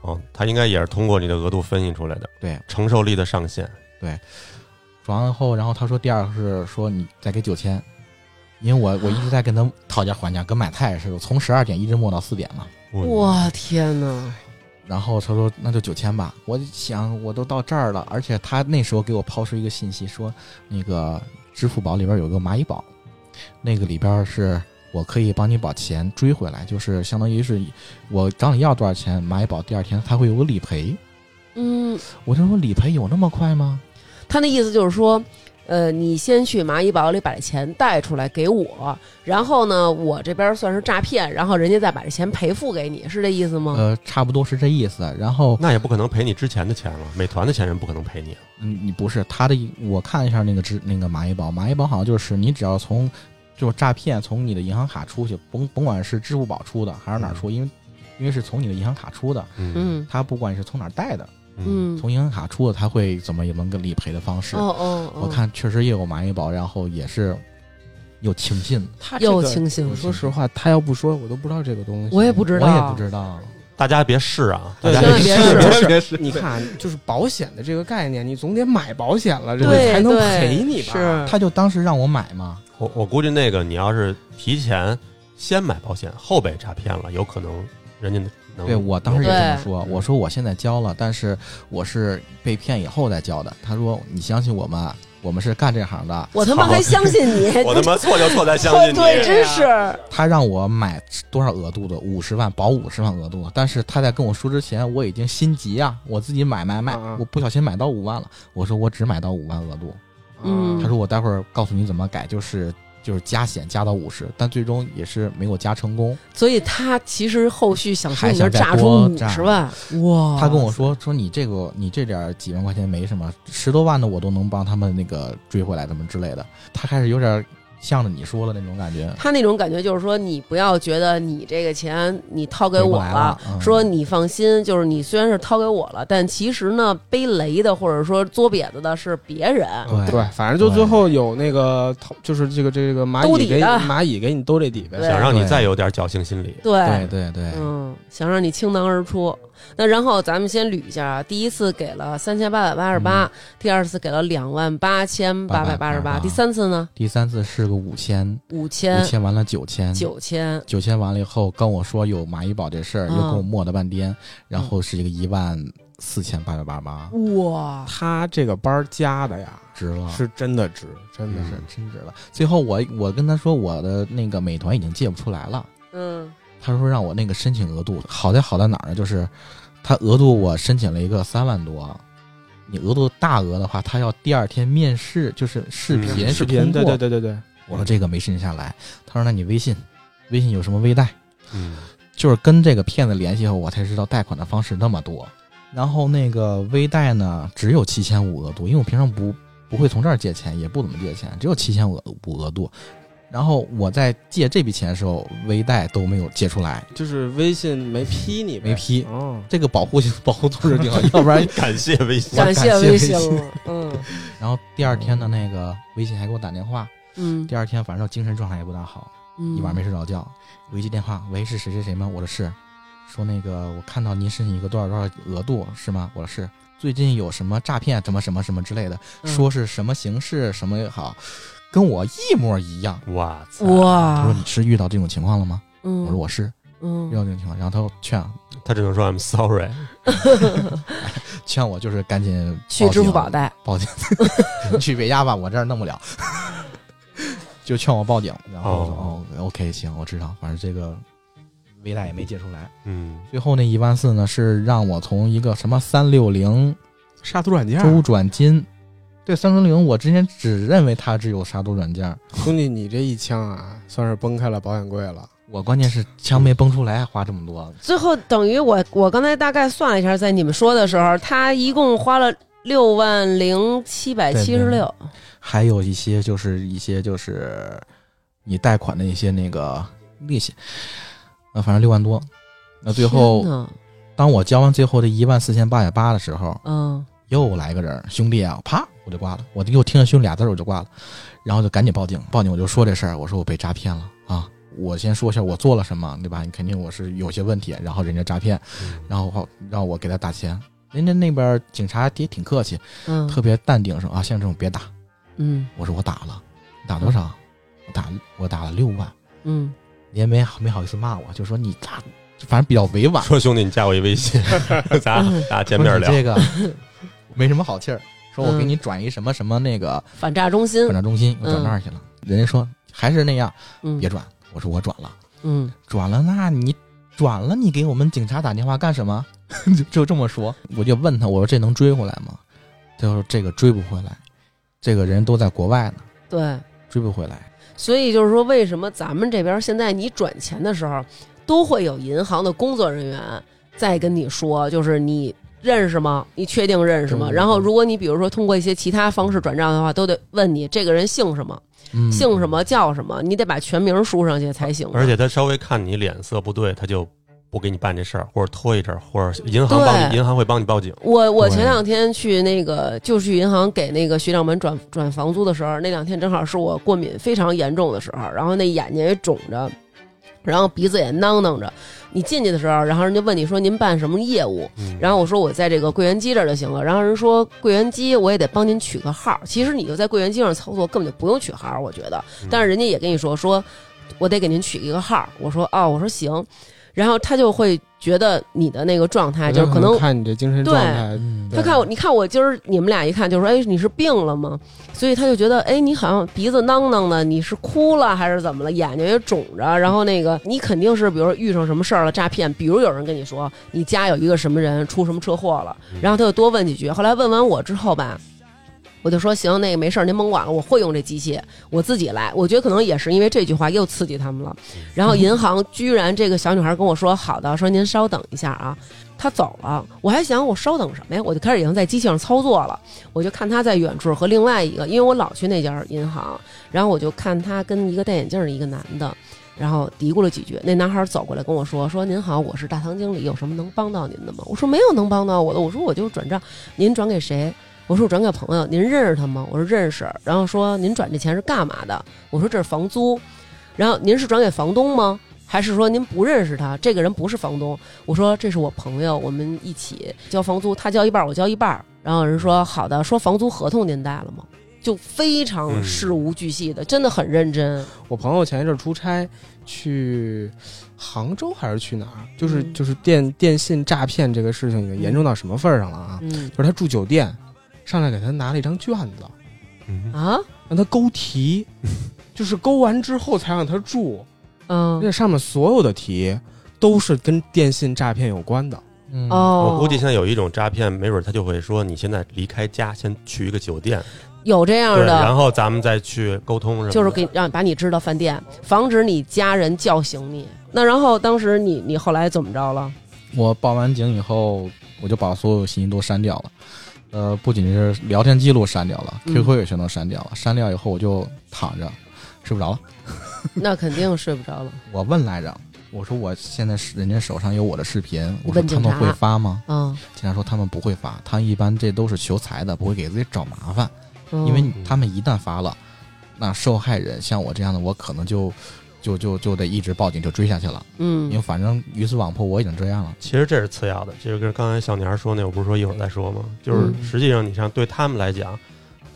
S2: 哦，他应该也是通过你的额度分析出来的。
S4: 对，
S2: 承受力的上限。
S4: 转完后，然后他说第二个是说你再给九千，因为我我一直在跟他讨价还价，跟买菜似的，从十二点一直磨到四点嘛。
S2: 哇，
S1: 我天哪！
S4: 然后他说那就九千吧，我就想我都到这儿了，而且他那时候给我抛出一个信息说，那个支付宝里边有个蚂蚁宝，那个里边是我可以帮你把钱追回来，就是相当于是我找你要多少钱，蚂蚁宝第二天他会有个理赔。
S1: 嗯，
S4: 我就说理赔有那么快吗？
S1: 他那意思就是说，呃，你先去蚂蚁宝里把这钱带出来给我，然后呢，我这边算是诈骗，然后人家再把这钱赔付给你，是这意思吗？
S4: 呃，差不多是这意思。然后
S2: 那也不可能赔你之前的钱了，美团的钱人不可能赔你。
S4: 嗯，你不是他的一，我看了一下那个支那个蚂蚁宝，蚂蚁宝好像就是你只要从就是诈骗从你的银行卡出去，甭甭管是支付宝出的还是哪儿出，因为因为是从你的银行卡出的，
S2: 嗯
S1: 嗯
S4: 他不管你是从哪儿贷的，
S1: 嗯，
S4: 从银行卡出的，他会怎么有一个理赔的方式。
S1: 哦哦，哦
S4: 我看确实也有蚂蚁宝，然后也是有情信，
S3: 他
S1: 又清醒
S3: 我
S1: 了，
S3: 说实话，他要不说，我都不知道这个东西。
S1: 我也不知
S4: 我也
S1: 道
S4: 不，知道。
S2: 大家别试啊，大
S3: 对
S2: 家
S1: 千万别试
S3: 千万
S4: 别试
S3: 你看，就是保险的这个概念，你总得买保险了，这个
S1: 对
S3: 才能
S1: 对
S3: 赔你吧？
S1: 是
S4: 他就当时让我买嘛，
S2: 我我估计那个你要是提前先买保险，后被诈骗了，有可能人家能
S4: 对我当时也这么
S1: 对
S4: 说，我说我现在交了，但是我是被骗以后再交的。他说你相信我们，我们是干这行的。
S1: 我他妈还相信 你，
S2: 我 他妈错就错在相信你，
S1: 对，真是
S4: 他让我买多少额度的？五十万，保五十万额度的。但是他在跟我说之前，我已经心急啊，我自己买买买
S1: 啊
S3: 嗯嗯，
S4: 我不小心买到五万了。我说我只买到五万额度。
S1: 嗯
S4: 他说我待会儿告诉你怎么改，就是就是加险加到五十，但最终也是没有加成功。
S1: 所以他其实后续想从你这儿
S4: 还想再
S1: 榨出
S4: 多
S1: 五十万，哇！
S4: 他跟我说说你这个你这点儿几万块钱没什么，十多万的我都能帮他们那个追回来，怎么之类的。他开始有点向着你说的那种感觉，
S1: 他那种感觉就是说，你不要觉得你这个钱你掏给
S4: 回不
S1: 我
S4: 来
S1: 了
S4: 了。嗯
S1: 说你放心，就是你虽然是掏给我了，但其实呢，背雷的或者说作瘪子的是别人，
S4: 对
S3: 对，反正就最后有那个头，就是这个这个蚂
S1: 兜
S3: 蚁
S1: 底
S3: 给
S1: 的
S3: 蚂蚁给你兜这底呗，
S1: 对
S2: 想让你
S4: 对
S2: 再有点侥幸心理。
S1: 对，
S4: 对对对，
S1: 嗯，想让你倾囊而出。那然后咱们先捋一下啊，第一次给了三千八百八十
S4: 嗯
S1: 八，第二次给了两万八千八百八十八，
S4: 888
S1: 第三次呢
S4: 第三次是个五千，
S1: 五
S4: 啊五
S1: 千
S4: 千完了九千，
S1: 九千，
S4: 九千完了以后跟我说有蚂蚁保这事儿，又
S1: 嗯
S4: 跟我磨了半天，然后是一个一万四千八百八十八，
S1: 哇，
S3: 他这个班儿加的呀，
S4: 值了。
S3: 是嗯真的值，真的
S4: 真
S3: 是
S4: 是真值了。最后我我跟他说我的那个美团已经借不出来了，
S1: 嗯，
S4: 他说让我那个申请额度，好在好在哪儿呢？就是他额度我申请了一个三万多，你额度大额的话，他要第二天面试，就是视频
S2: 嗯
S4: 是
S3: 视
S4: 通
S3: 频，
S4: 过。
S3: 对对对对对，
S4: 我说这个没申请下来，他说那你微信，微信有什么微贷？
S2: 嗯，
S4: 就是跟这个骗子联系后，我才知道贷款的方式那么多。然后那个微贷呢，只有七千五额度，因为我平常不不会从这儿借钱，也不怎么借钱，只有七千五五额度。然后我在借这笔钱的时候，微贷都没有借出来，
S3: 就是微信没批你呗，
S4: 没批
S3: 哦，
S4: 这个保护性保护措施挺好，要不然。
S2: 感谢微 信
S4: 我，
S1: 感
S4: 感谢
S1: 微
S4: 微
S1: 信
S4: 信
S1: 了，嗯
S4: 然后第二天呢，那个微信还给我打电话，
S1: 嗯
S4: 第二天反正精神状态也不大好，
S1: 嗯，
S4: 一晚上没睡着觉。我一接电话，喂，是谁谁谁吗？我说是，说那个我看到您申请一个多少多少额度是吗？我说是，最近有什么诈骗什么什么什么之类的，
S1: 嗯
S4: 说是什么形式什么也好，跟我一模一样。
S2: 哇塞，
S4: 他
S1: 嗯哇
S4: 说，你是遇到这种情况了吗？
S1: 嗯，
S4: 我说我是遇到
S1: 嗯，
S4: 这种情况，然后他又劝
S2: 他只能说 I'm sorry，
S4: 劝我就是赶紧
S1: 去
S4: 报
S1: 支付
S4: 警啊
S1: 宝贷，
S4: 报警， 你去别压吧，我这儿弄不了， 就劝我报警。然后我说哦
S2: 哦
S4: o k 行，我知道，反正这个微贷也没借出来。
S2: 嗯，
S4: 最后那一万四呢，是让我从一个什么三六零
S3: 杀毒软件儿，
S4: 周转金，对三六零，我之前只认为它只有杀毒软件，
S3: 兄弟，你这一枪啊，算是崩开了保险柜了。
S4: 我关键是枪没崩出来，还花这么多。
S1: 最后等于我我刚才大概算了一下，在你们说的时候，他一共花了六万零七百七十六，
S4: 还有一些就是一些就是你贷款的一些那个利息，呃，反正六万多。那最后
S1: 天，哪
S4: 当我交完最后的一万四千八百八的时候，
S1: 嗯，
S4: 又来个人儿，兄弟啊，啪，我就挂了。我又听了兄弟俩字儿，我就挂了，然后就赶紧报警。报警我就说这事儿，我说我被诈骗了啊。我先说一下我做了什么，对吧？你肯定我是有些问题，然后人家诈骗，然后让我给他打钱。人家那边警察也挺客气，
S1: 嗯
S4: 特别淡定说啊，像这种别打。
S1: 嗯
S4: 我说我打了，你打多少？我打我打了六万，
S1: 嗯，
S4: 你也没好没好意思骂我，就说你打，反正比较委婉。
S2: 说兄弟，你加我一微 信，咱
S1: 嗯
S2: 俩咱俩见面聊
S4: 说你。这个没什么好气儿，说我给
S1: 嗯
S4: 你转一什么什么那个
S1: 反诈中心
S4: 转，账中心，我转那儿去了。人家说还是那样，
S1: 嗯
S4: 别转。我说我转了，
S1: 嗯
S4: 转了，那你转了，你给我们警察打电话干什么？ 就就这么说，我就问他，我说这能追回来吗？他说这个追不回来，这个人都在国外呢，
S1: 对，
S4: 追不回来。
S1: 所以就是说，为什么咱们这边现在你转钱的时候，都会有银行的工作人员在跟你说，就是你认识吗？你确定认识吗？
S3: 对对对
S1: 然后，如果你比如说通过一些其他方式转账的话，都得问你这个人姓什么、
S4: 嗯，
S1: 姓什么、叫什么，你得把全名输上去才行。啊
S2: 而且他稍微看你脸色不对，他就不给你办这事儿，或者拖一阵儿，或者银行帮你，
S1: 对
S2: 银行会帮你报警。
S1: 我我前
S4: 对
S1: 两天去那个就去银行给那个学长们转转房租的时候，那两天正好是我过敏非常严重的时候，然后那眼睛也肿着，然后鼻子也囔囔着。你进去的时候，然后人家问你说您办什么业务，
S2: 嗯
S1: 然后我说我在这个柜员机这儿就行了。然后人说柜员机我也得帮您取个号，其实你就在柜员机上操作，根本就不用取号，我觉得。但是人家也跟你说说，我得给您取一个号。我说哦，我说行。然后他就会觉得你的那个状态就是可能
S3: 看你这精神状态，
S4: 嗯
S1: 他看我，你看我今儿你们俩一看就说，哎，你是病了吗？所以他就觉得，哎，你好像鼻子囔囔的，你是哭了还是怎么了？眼睛也肿着，然后那个你肯定是，比如说遇上什么事儿了，诈骗，比如有人跟你说你家有一个什么人出什么车祸了，然后他就多问几句。后来问完我之后吧。我就说行，那个没事儿，您甭管了，我会用这机器，我自己来。我觉得可能也是因为这句话又刺激他们了。然后银行居然这个小女孩跟我说：“好的，说您稍等一下啊。”他走了，我还想我稍等什么呀？我就开始已经在机器上操作了，我就看他在远处和另外一个，因为我老去那家银行，然后我就看他跟一个戴眼镜的一个男的，然后嘀咕了几句。那男孩走过来跟我说：“说您好，我是大堂经理，有什么能帮到您的吗？”我说：“没有能帮到我的。”我说：“我就是转账，您转给谁？”我说：“我转给朋友。”您认识他吗？我说：“认识。”然后说：“您转这钱是干嘛的？”我说：“这是房租。”然后您是转给房东吗？还是说您不认识他？这个人不是房东。我说这是我朋友，我们一起交房租，他交一半，我交一半。然后人说好的，说房租合同您带了吗？就非常
S2: 嗯
S1: 事无巨细的，真的很认真。
S3: 我朋友前一阵儿出差去杭州还是去哪儿，就是
S1: 嗯
S3: 就是电电信诈骗这个事情已经严重到什么份儿上了啊？
S1: 嗯
S3: 就是他住酒店，上来给他拿了一张卷子，
S2: 嗯
S1: 啊，
S3: 让他勾题，就是勾完之后才让他住，而
S1: 嗯
S3: 且上面所有的题都是跟电信诈骗有关的。
S4: 嗯
S1: 哦，
S2: 我估计现在有一种诈骗，没准他就会说你现在离开家，先去一个酒店，
S1: 有这样
S2: 对，然
S1: 的，
S2: 后咱们再去沟通什么的，
S1: 就是给让把你支到饭店，防止你家人叫醒你。那然后当时你你后来怎么着了？
S4: 我报完警以后，我就把所有信息都删掉了。呃，不仅是聊天记录删掉了
S1: 嗯
S4: ，QQ 也全都删掉了。删掉以后，我就躺着，睡不着了。
S1: 那肯定睡不着了。
S4: 我问来着，我说我现在是人家手上有我的视频，我说
S1: 问
S4: 他
S1: 警察
S4: 们会发吗？
S1: 嗯
S4: 警察说他们不会发，他们一般这都是求财的，不会给自己找麻烦，
S1: 嗯，
S4: 因为他们一旦发了，那受害人像我这样的，我可能就就就就得一直报警就追下去了，因为
S1: 嗯
S4: 反正鱼死网破，我已经这样了。
S2: 其实这是次要的，这个跟刚才小女孩说那，我不是说一会儿再说吗？就是
S1: 嗯
S2: 实际上，你像对他们来讲，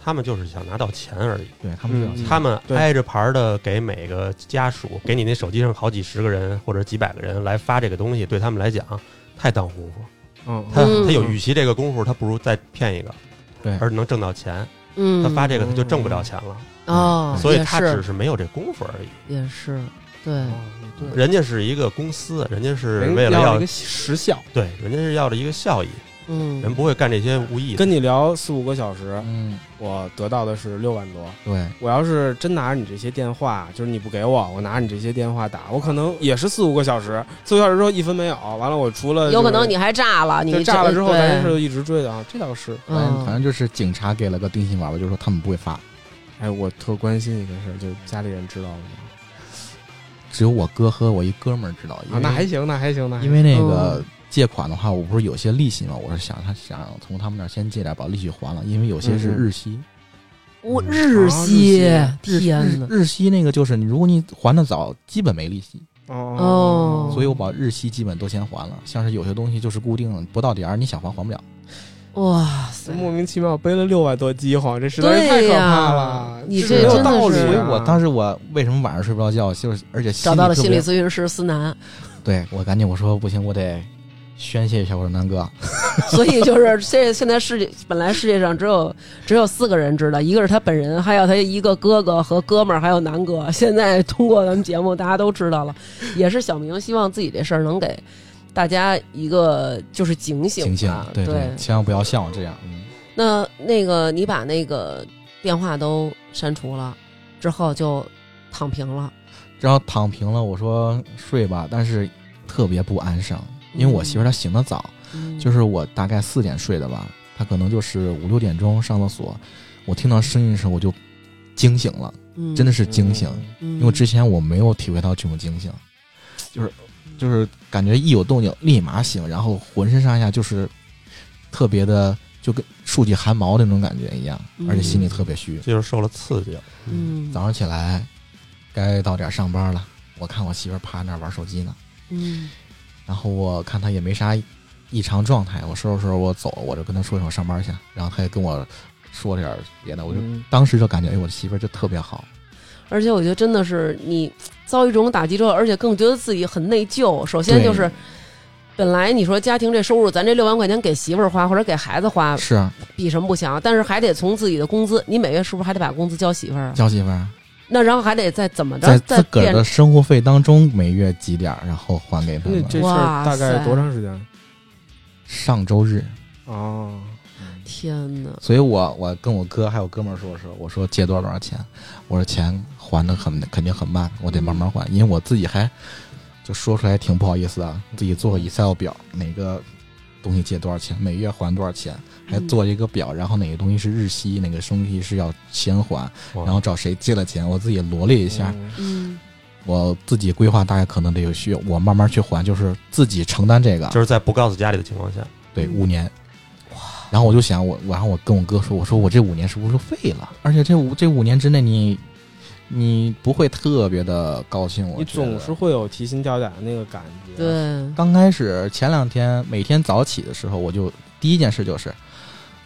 S2: 他们就是想拿到钱而已。
S4: 对他们这样
S3: 嗯
S2: 他们
S3: 对
S2: 挨着牌的给每个家属，给你那手机上好几十个人或者几百个人来发这个东西，对他们来讲太当功夫。
S3: 嗯，
S2: 他
S1: 嗯
S2: 他有与其这个功夫，他不如再骗一个，
S4: 对
S2: 而能挣到钱。
S1: 嗯，
S2: 他发这个他就挣不了钱了，
S1: 哦，
S2: 所以
S1: 也
S2: 他
S1: 是
S2: 只是没有这功夫而已。
S1: 也是，嗯对，
S3: 哦对，
S2: 人家是一个公司，人家是
S3: 人
S2: 为了
S3: 要一
S2: 要
S3: 个时效，
S2: 对，人家是要了一个效益，
S1: 嗯，
S2: 人不会干这些无意义的。
S3: 跟你聊四五个小时，
S4: 嗯，
S3: 我得到的是六万多。
S4: 对，
S3: 我要是真拿着你这些电话，就是你不给我，我拿着你这些电话打，我可能也是四五个小时，四五个小时之后一分没有。完了，我除了
S1: 有可能你还炸了，
S3: 就
S1: 你
S3: 炸了之后，
S1: 对
S3: 咱是一直追的啊，这倒是。
S4: 反正反
S1: 嗯
S4: 正就是警察给了个定心丸吧，就是说他们不会发，
S3: 哎，我特关心一个事儿，就是家里人知道了吗？啊
S4: 只有我哥和我一哥们儿知道，因
S3: 啊
S4: 为，
S3: 那还行，那还行，那还行
S4: 因为那
S1: 哦
S4: 个借款的话，我不是有些利息嘛，我是想他想从他们那儿先借点，把利息还了，因为有些是
S3: 嗯嗯
S4: 日息，
S1: 我日系，天
S4: 日
S1: 哪！
S4: 日息那个就是你，如果你还的早，基本没利息，
S1: 哦
S4: 所以我把日息基本都先还了。像是有些东西就是固定的，不到点儿你想还还不了。
S1: 哇塞，
S3: 莫名其妙背了六万多饥荒，这实在是太
S1: 对
S3: 可
S1: 呀
S3: 怕了，
S1: 你
S3: 是没
S1: 这
S3: 有
S1: 真的
S3: 道理
S1: 是
S3: 啊。
S4: 所以我当时我为什么晚上睡不着觉，就是而且心
S1: 找到了
S4: 特
S1: 心
S4: 别
S1: 理咨询师思南，
S4: 对我赶紧我说不行，我得宣泄一下。我说南哥，
S1: 所以就是现在现在世界本来世界上只有只有四个人知道，一个是他本人，还有他一个哥哥和哥们儿，还有南哥。 现在通过咱们节目，大家都知道了，也是小明希望自己这事儿能给大家一个就是警醒吧，
S4: 醒醒，
S1: 啊对
S4: 对千万不要像我这样。嗯，
S1: 那那个你把那个电话都删除了之后就躺平了，
S4: 然后躺平了，我说睡吧，但是特别不安生，因为我媳妇儿她醒得早，
S1: 嗯
S4: 就是我大概四点睡的吧，她可能就是五六点钟上厕所，我听到声音的时候我就惊醒了，真的
S1: 是，
S4: 是惊醒，
S1: 因
S4: 因为之前我没有体会到这种惊醒，就是就是感觉一有动静立马醒，然后浑身上下就是特别的。就跟竖起汗毛的那种感觉一样，而且心里特别虚。
S2: 这就是受了刺激了。
S1: 嗯，
S4: 早上起来，该到点儿上班了，我看我媳妇儿趴那儿玩手机呢，
S1: 嗯
S4: 然后我看她也没啥异常状态，我收拾收拾我走，我就跟她说一声我上班去，然后她也跟我说了点别的，我就
S3: 嗯
S4: 当时就感觉哎，我的媳妇儿就特别好，
S1: 而且我觉得真的是你遭遇这种打击之后，而且更觉得自己很内疚。首先
S4: 对
S1: 就是，本来你说家庭这收入，咱这六万块钱给媳妇儿花或者给孩子花，
S4: 是啊
S1: 比什么不强？但是还得从自己的工资，你每月是不是还得把工资交媳妇儿啊？
S4: 交媳妇儿
S1: 那然后还得再怎么着
S4: 在
S1: 再
S4: 自个儿
S1: 变
S4: 的生活费当中每月几点儿，然后还给他
S3: 那
S4: 们。
S3: 这事儿大概多长时间？
S4: 上周日，
S3: 哦，
S1: 天哪！
S4: 所以我我跟我哥还有哥们儿说说，我说借多少多少钱，我说钱还的很肯定很慢，我得慢慢还，因为我自己还就说出来挺不好意思啊，自己做个 Excel 表，哪个东西借多少钱，每月还多少钱，还做一个表，然后哪个东西是日息，哪个东西是要先还，
S2: 哇
S4: 然后找谁借了钱，我自己罗列一下，
S3: 嗯
S1: 嗯，
S4: 我自己规划大概可能得有需要，我慢慢去还，就是自己承担这个，
S2: 就是在不告诉家里的情况下，
S4: 对，
S3: 嗯
S4: 五年。然后我就想，我我然后我跟我哥说，我说我这五年是不是就废了？而且这五这五年之内你，你不会特别的高兴。我
S3: 你
S4: 觉得
S3: 总是会有提心吊胆的那个感觉。，
S1: 对，
S4: 刚开始前两天每天早起的时候，我就第一件事就是，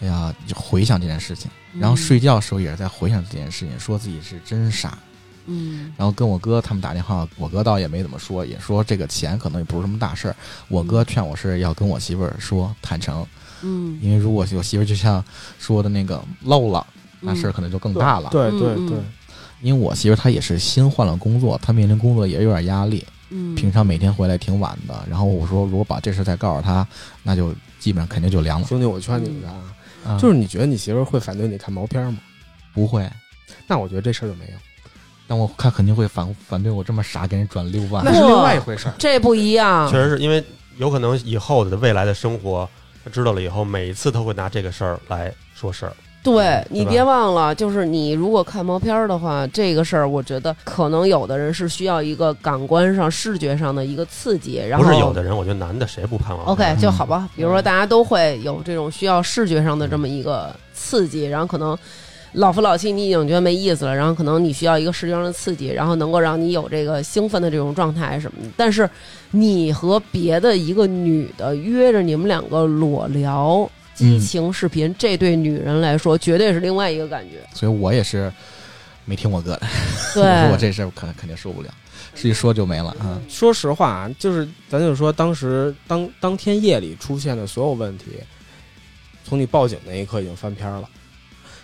S4: 哎呀，就回想这件事情。
S3: 嗯
S4: 然后睡觉的时候也是在回想这件事情，说自己是真傻。
S1: 嗯，
S4: 然后跟我哥他们打电话，我哥倒也没怎么说，也说这个钱可能也不是什么大事儿。我哥劝我是要跟我媳妇儿说坦诚，
S1: 嗯嗯，
S4: 因为如果有媳妇儿就像说的那个漏了，那事儿可能就更大了。，
S3: 对
S1: 嗯
S3: 对
S1: 嗯
S3: 对，
S4: 因为我媳妇儿她也是新换了工作，她面临工作也有点压力，
S1: 嗯，
S4: 平常每天回来挺晚的。然后我说，如果把这事儿再告诉她，那就基本上肯定就凉了。
S3: 兄弟，我劝你一个啊，
S4: 啊
S3: 就是你觉得你媳妇儿会反对你看毛片吗？
S4: 不会，
S3: 那我觉得这事儿就没有，
S4: 但我看肯定会反反对我这么傻给人转六万
S3: 那。是另外一回事儿。
S1: 这不一
S3: 嗯
S1: 样，
S2: 确实是因为有可能以后的未来的生活，他知道了以后，每一次都会拿这个事儿来说事儿。
S1: 对
S2: 嗯
S1: 你
S2: 对吧
S1: 别忘了，就是你如果看毛片儿的话，这个事儿我觉得可能有的人是需要一个感官上、视觉上的一个刺激，然后
S2: 不是有的人，我觉得男的谁不盼望
S1: OK
S4: 嗯
S1: 就好吧。比如说大家都会有这种需要视觉上的这么一个刺激，然后可能老夫老妻你已经觉得没意思了，然后可能你需要一个视觉上的刺激，然后能够让你有这个兴奋的这种状态什么的。但是你和别的一个女的约着你们两个裸聊。激
S4: 嗯
S1: 情视频，这对女人来说绝对是另外一个感觉。
S4: 所以我也是没听我哥的，
S1: 对，
S4: 我嗯说我这事儿肯肯定受不了，是一说就没了啊。
S3: 说实话啊，就是咱就说当时当当天夜里出现的所有问题，从你报警那一刻已经翻篇儿了。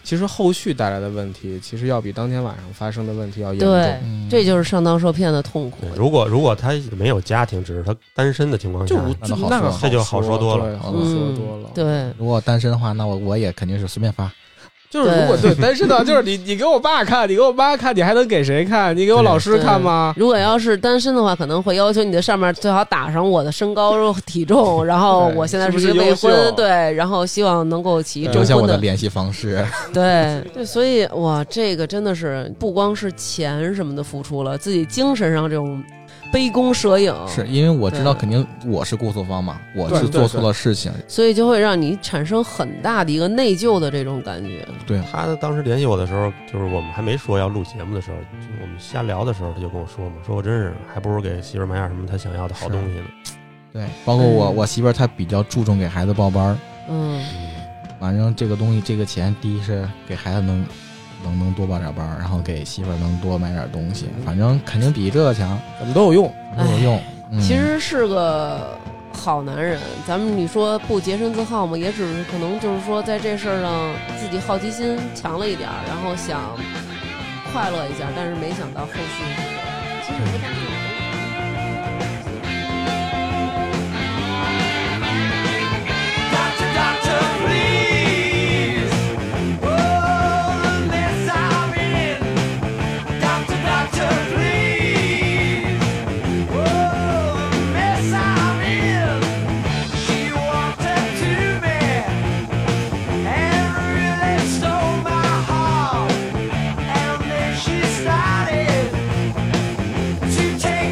S3: 其实后续带来的问题，其实要比当天晚上发生的问题要严
S1: 对
S3: 重。
S4: 嗯
S1: 这就是上当受骗的痛苦
S2: 对。如果如果他没有家庭，只是他单身的情况
S3: 就
S2: 下，
S3: 无
S4: 那就好
S3: 那
S4: 说
S3: 个
S4: 了
S2: 这就好
S3: 说
S2: 说多了
S3: 对好
S4: 嗯
S3: 说多了。
S1: 对，
S4: 如果单身的话，那我我也肯定是随便发。
S3: 就是如果对单身的，就是你你给我爸看，你给我妈看，你还能给谁看？你给我老师看吗？
S1: 如果要是单身的话，可能会要求你的上面最好打上我的身高、体重，然后
S3: 对
S1: 我现在
S3: 是不
S1: 一
S3: 是
S1: 个未
S3: 优秀啊
S1: 婚，对，然后希望呃能够起
S3: 对
S1: 征
S4: 留下
S1: 婚
S4: 我的联系方式。
S1: 对对，所以哇，这个真的是不光是钱什么的付出了，自己精神上这种杯弓蛇影，
S4: 是因为我知道
S1: 对
S4: 肯定我是过错方嘛，我
S3: 嗯对
S4: 是
S3: 对
S4: 做错了事情，
S1: 所以就会让你产生很大的一个内疚的这种感觉。
S4: 对，
S2: 他当时联系我的时候，就是我们还没说要录节目的时候，就我们瞎聊的时候，他就跟我说嘛，说我真是还不如给媳妇儿买点什么她想要的好东西呢。
S4: 对，包括我
S1: 嗯
S4: 我媳妇儿她比较注重给孩子报班儿，
S1: 嗯，
S4: 反正这个东西这个钱，第一是给孩子能能能多报点班儿，然后给媳妇儿能多买点东西，反正肯定比这个强，
S3: 嗯怎么都有用。
S4: 都有用。嗯
S1: 哎其实是个好男人。咱们你说不洁身自好吗？也只是可能就是说在这事儿上自己好奇心强了一点儿，然后想快乐一下，但是没想到后续。其实不大
S5: Oh, Oh, She started to take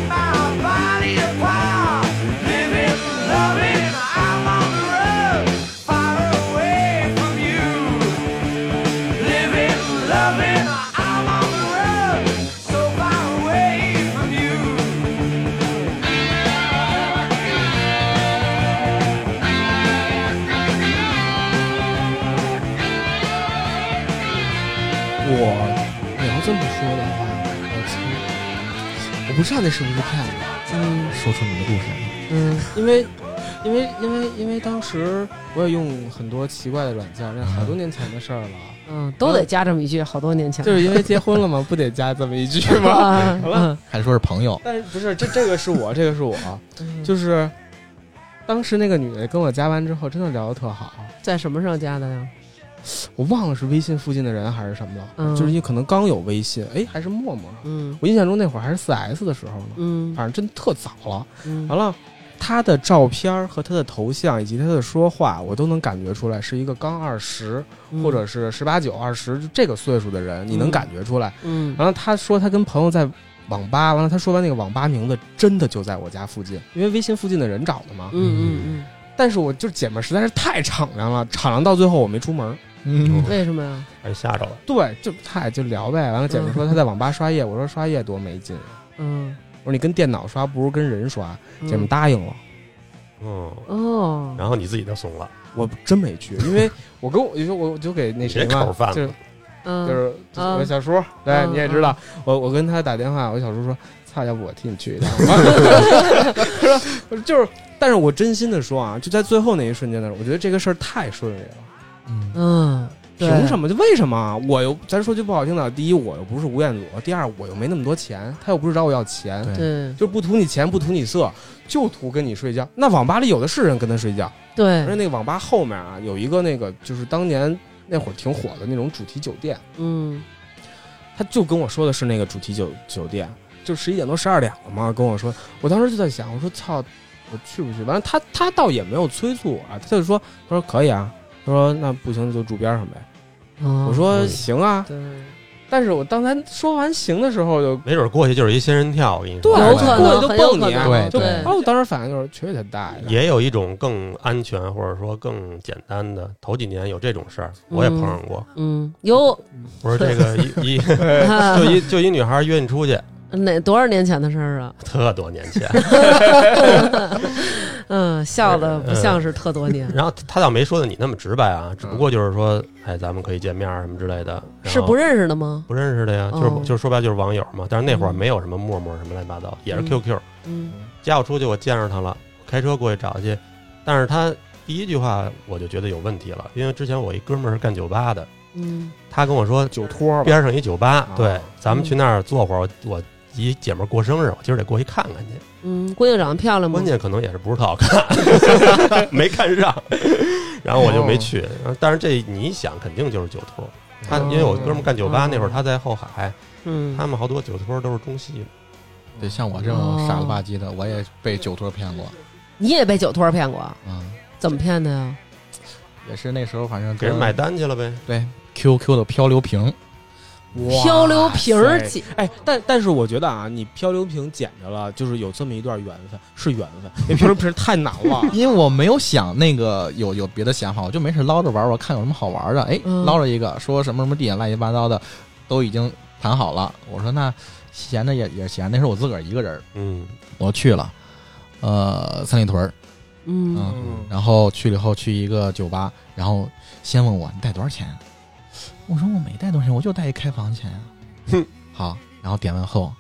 S3: 我你要这么说的话，我操，我不知道那是不是骗子。嗯
S4: 说出你的故事，
S3: 嗯，因为因为因为因为当时我也用很多奇怪的软件，那好多年前的事儿了。
S1: 嗯，都得加这么一句，好多年 前
S3: 就是因为结婚了嘛，不得加这么一句 吗？
S1: 啊
S3: 好了
S4: 还说是朋友，
S3: 但是不是这这个是我，这个是我，
S1: 嗯
S3: 就是当时那个女的跟我加完之后，真的聊得特好，
S1: 在什么上加的呀？
S3: 我忘了是微信附近的人还是什么了，
S1: 嗯
S3: 就是因为可能刚有微信，哎，还是陌陌。
S1: 嗯
S3: 我印象中那会儿还是四 S 的时候呢，
S1: 嗯
S3: 反正真特早了。
S1: 嗯
S3: 完了，她的照片儿和她的头像以及她的说话，我都能感觉出来是一个刚二十
S1: 嗯
S3: 或者是十八九、二十这个岁数的人，你能
S1: 嗯
S3: 感觉出来。
S1: 嗯
S3: 然后她说她跟朋友在网吧，完了她说完那个网吧名字，真的就在我家附近，因为微信附近的人找的嘛
S1: 嗯。嗯
S3: 但是我就姐们儿实在是太敞亮了，敞亮到最后我没出门儿。
S4: 嗯
S1: 嗯，为什么呀？
S2: 还哎吓着了。
S3: 对，就嗨就聊呗。完了，姐们说她在网吧刷夜，我说刷夜多没劲啊。
S1: 嗯，
S3: 我说你跟电脑刷不如跟人刷，
S1: 嗯
S3: 姐们答应了，
S2: 嗯，
S1: 哦，
S2: 然后你自己就怂了，
S3: 我真没去，因为我跟我因为我就给那谁嘛
S2: 你这口，贩
S3: 就
S2: 子
S3: 是
S1: 嗯，
S3: 就是
S1: 嗯
S3: 我小叔，对
S1: 嗯
S3: 你也知道，我我跟他打电话，我小叔说，操，要不我替你去一趟吧， 我说就是，但是我真心的说啊，就在最后那一瞬间的时候，我觉得这个事儿太顺利了。
S4: 嗯，
S1: 嗯，对
S3: 凭什么？就为什么啊？我又咱说句不好听的，第一我又不是吴彦祖，第二我又没那么多钱，他又不是找我要钱，
S4: 对
S1: 对
S3: 就不图你钱，不图你色，就图跟你睡觉。那网吧里有的是人跟他睡觉，而且
S1: 对，
S3: 那个网吧后面啊，有一个那个就是当年那会儿挺火的那种主题酒店，
S1: 嗯
S3: 他就跟我说的是那个主题酒酒店，就十一点多十二点了嘛，跟我说，我当时就在想，我说操，我去不去？完了他他倒也没有催促我、啊，他就说，他说可以啊，他说那不行就住边上呗，
S1: 哦
S3: 我说行啊，
S1: 对，
S3: 但是我当咱说完行的时候就。
S2: 没准过去就是一仙人跳。我跟你说，
S3: 对
S1: 有可能，
S3: 对就
S1: 很有
S3: 蹦
S1: 可
S3: 你啊
S1: 能
S4: 对
S1: 对
S3: 啊！我当时反应就是去他大爷的，
S2: 也有一种更安全或者说更简单的。头几年有这种事儿，我也碰上过。
S1: 嗯，有
S2: 我说这个一一
S4: 哎
S2: 就
S1: 啊
S2: 一就一女孩约你出去，
S1: 哪多少年前的事儿 啊？
S2: 特多年前。
S1: 嗯，笑的不像是特多
S4: 呃
S1: 年，
S2: 然后他倒没说的你那么直白啊，只不过就是说，哎，咱们可以见面啊什么之类的。然
S1: 是
S2: 后
S1: 不
S4: 呃
S1: 认识的吗？
S2: 不认识的呀，就是、
S1: 哦
S2: 就是说白了就是网友嘛。但是那会儿没有什么陌陌什么乱七八糟，也是
S1: 嗯
S2: QQ、
S1: 嗯
S2: 加我出去，我见着他了，开车过去找去。但是他第一句话我就觉得有问题了，因为之前我一哥们儿是干酒吧的，
S1: 嗯
S2: 他跟我说
S3: 酒托吧，
S2: 边上一酒吧，
S3: 啊
S2: 对，咱们去那儿坐会儿。我我一姐们儿过生日，我今儿得过去看看去。
S1: 嗯，姑娘长得漂亮吗
S2: 关？键可能也是不是特好看，没看上，然后我就没
S3: 哦
S2: 去。然后但是这你一想，肯定就是酒托。他
S4: 嗯
S2: 因为我哥们儿干酒吧
S1: 哦
S2: 那会儿，他在后海，
S1: 嗯，
S4: 啊
S2: 他们好多酒托都是中戏的。
S4: 对，像我这
S1: 哦
S4: 种傻了吧唧的，我也被酒托骗过，
S1: 你也被酒托骗过？啊
S4: 嗯，
S1: 怎么骗的呀？
S4: 也是那时候反正
S2: 给人买单去了呗。
S4: 对 QQ 的漂流瓶，，
S3: 哇
S1: 漂流瓶儿
S3: 塞
S1: 姐，
S3: 哎，但但是我觉得啊，你漂流瓶捡着了，就是有这么一段缘分，是缘分。那漂流瓶太难了
S4: 因为我没有想那个有有别的想法，我就没事捞着玩玩，看有什么好玩的。哎，
S1: 嗯
S4: 捞着一个说什么什么地点乱七八糟的，都已经谈好了。我说那闲着也也闲，那时候我自个儿一个人儿，
S2: 嗯，
S4: 我去了，呃，三里屯儿，
S1: 嗯
S4: 嗯然后去了以后去一个酒吧，然后先问我你带多少钱，啊我说我没带多少钱，我就带一开房钱啊。
S2: 哼，
S4: 好，然后点完后，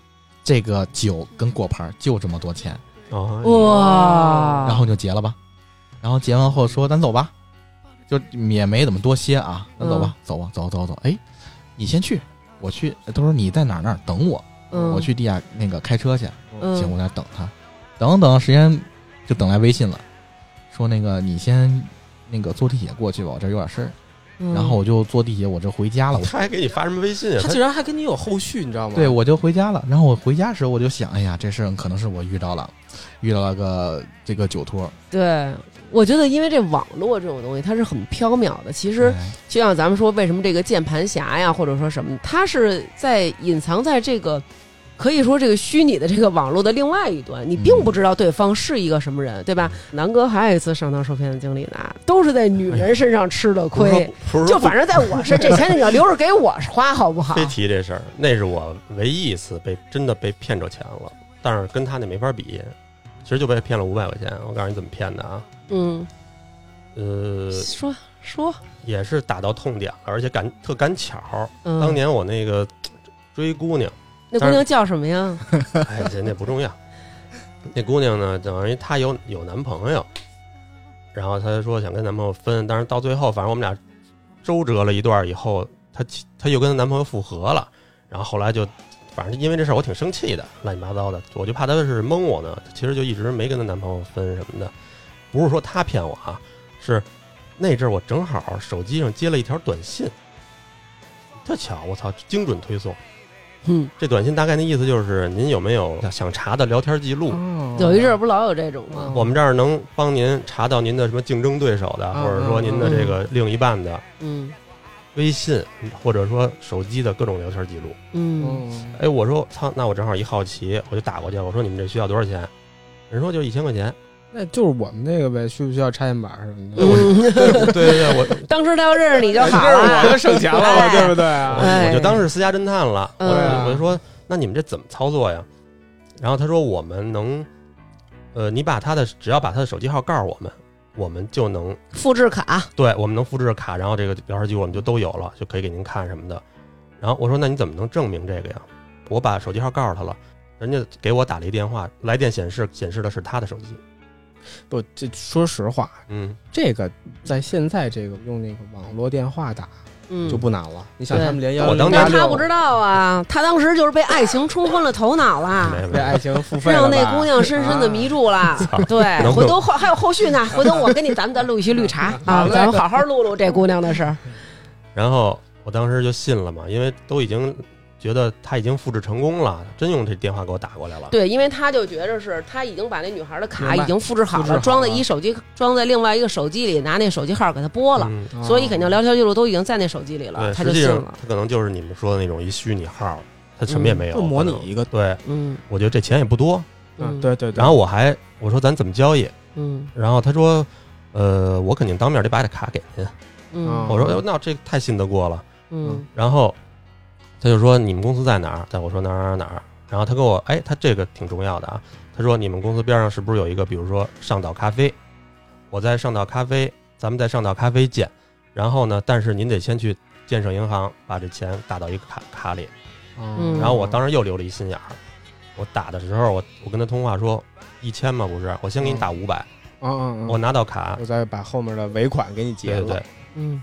S4: 这个酒跟果盘儿就这么多钱，
S1: 哎
S2: 哦，
S1: 哇，
S4: 哎然后就结了吧。然后结完后说咱走吧，就也没怎么多歇啊，咱走
S1: 嗯
S4: 吧，走吧，走走走。哎，你先去，我去。他说你在哪儿那儿等我，
S1: 嗯
S4: 我去地下那个开车去。
S1: 嗯
S4: 行，我在那儿等他，等等时间就等来微信了，说那个你先那个坐地铁过去吧，我这儿有点事儿。
S1: 嗯
S4: 然后我就坐地铁，我这回家 了。我
S2: 他还给你发什么微信啊？
S3: 他竟然还跟你有后续，你知道吗？
S4: 对，我就回家了。然后我回家的时候，我就想，哎呀，这事儿可能是我遇到了，遇到了个这个酒托。
S1: 对，我觉得因为这网络这种东西，它是很缥缈的。其实
S4: 哎
S1: 就像咱们说，为什么这个键盘侠呀，或者说什么，它是在隐藏在这个。可以说，这个虚拟的这个网络的另外一端，你并
S2: 嗯
S1: 不知道对方是一个什么人，对吧？南哥还有一次上当受骗的经历呢，都是在女人身上吃的
S2: 不
S1: 亏
S2: 是说，哎不是
S1: 就
S2: 说
S1: 反正在我身，这钱你要留着给我花，好不好？
S2: 非提这事儿，那是我唯一一次被真的被骗着钱了，但是跟他那没法比。其实就被骗了五百块钱，我告诉你怎么骗的啊！
S1: 嗯
S2: 呃，
S1: 说说，
S2: 也是打到痛点了，而且赶特赶巧儿。
S1: 嗯，
S2: 当年我那个追姑娘，
S1: 那姑娘叫什么呀？
S2: 哎，这那不重要。那姑娘呢，等于她有有男朋友，然后她说想跟男朋友分，但是到最后，反正我们俩周折了一段以后，她其她又跟她男朋友复合了，然后后来就，反正因为这事儿我挺生气的，乱七八糟的，我就怕她是蒙我呢，其实就一直没跟她男朋友分什么的，不是说她骗我啊，是那阵儿我正好手机上接了一条短信，特巧，我操，精准推送。
S1: 嗯，
S2: 这短信大概那意思就是，您有没有
S3: 嗯
S2: 想查的聊天记录？
S3: 哦
S1: 有一阵儿不老有这种吗？
S2: 我们这儿能帮您查到您的什么竞争对手的，
S3: 嗯
S2: 或者说您的这个另一半的
S1: 嗯
S2: 微信，或者说手机的各种聊天记录。
S1: 嗯
S3: 嗯
S2: 哎，我说操，那我正好一好奇，我就打过去，我说你们这需要多少钱？人说就一千块 钱。
S3: 那就是我们那个呗，需不需要插线板什么的？
S2: 对
S1: 嗯，
S2: 对对，我
S1: 当时他要认识你就
S2: 哎
S1: 好
S3: 哎这是我
S1: 了
S3: 的。省钱了嘛，
S1: 哎
S3: 对不对
S2: 我
S3: 啊？
S1: 哎
S2: 我就当是私家侦探了。我
S1: 嗯
S2: 我就说，那你们这怎么操作呀？然后他说，我们能，呃，你把他的只要把他的手机号告诉我们，我们就能
S1: 复制卡，
S2: 对，我们能复制卡，然后这个聊天记录我们就都有了，就可以给您看什么的。然后我说，那你怎么能证明这个呀？我把手机号告诉他了，人家给我打了一电话，来电显示显示的是他的手机。
S3: 不，这说实话，
S2: 嗯，
S3: 这个在现在这个用那个网络电话打
S1: 嗯，
S3: 就不难了。你想他们连
S2: 对
S3: 幺
S2: 我当
S1: 但
S2: 年
S1: 是他不知道啊，他当时就是被爱情冲昏了头脑啦，
S2: 没
S3: 为
S2: 没，
S3: 爱情付费了
S1: 让
S3: 吧，
S1: 那姑娘深深的迷住了。对，
S2: 能
S1: 回头后还有后续呢，回头我跟你咱们再录一期绿茶啊
S3: 好，嘞
S1: 咱们好好录录这姑娘的事儿。
S2: 然后我当时就信了嘛，因为都已经觉得他已经复制成功了，真用这电话给我打过来了。
S1: 对，因为他就觉着是他已经把那女孩的卡
S3: 明白
S1: 已经复制好
S3: 复制好
S1: 了，
S3: 了
S1: 装在一手机装在另外一个手机里，拿那手机号给他拨了，
S2: 嗯
S3: 啊，
S1: 所以肯定聊天记录都已经在那手机里
S2: 对，
S1: 了，他
S2: 实
S1: 就
S2: 际
S1: 信
S2: 上
S1: 了。
S2: 他可能就是你们说的那种一虚拟号，他什么也没有，
S3: 就模拟
S2: 可能。
S3: 一个。
S2: 对，
S1: 嗯
S2: 我觉得这钱也不多。
S3: 嗯，
S1: 嗯，
S3: 对对对。
S2: 然后我还我说咱怎么交易？
S1: 嗯
S2: 然后他说，呃，我肯定当面得把这卡给您。
S1: 嗯
S3: 哦
S2: 我说，哎那这太信得过了。
S1: 嗯
S2: 然后他就说你们公司在哪儿？在我说哪儿哪儿哪儿。然后他跟我，哎，他这个挺重要的啊。他说你们公司边上是不是有一个，比如说上岛咖啡？我在上岛咖啡，咱们在上岛咖啡见。然后呢，但是您得先去建设银行把这钱打到一个卡卡里。
S1: 嗯
S2: 然后我当时又留了一心眼儿。我打的时候，我我跟他通话说一千嘛不是，我先给你打五百，
S3: 啊啊
S2: 我拿到卡
S3: 我，再把后面的尾款给你结
S2: 对
S3: 了。
S2: 对对。
S1: 嗯，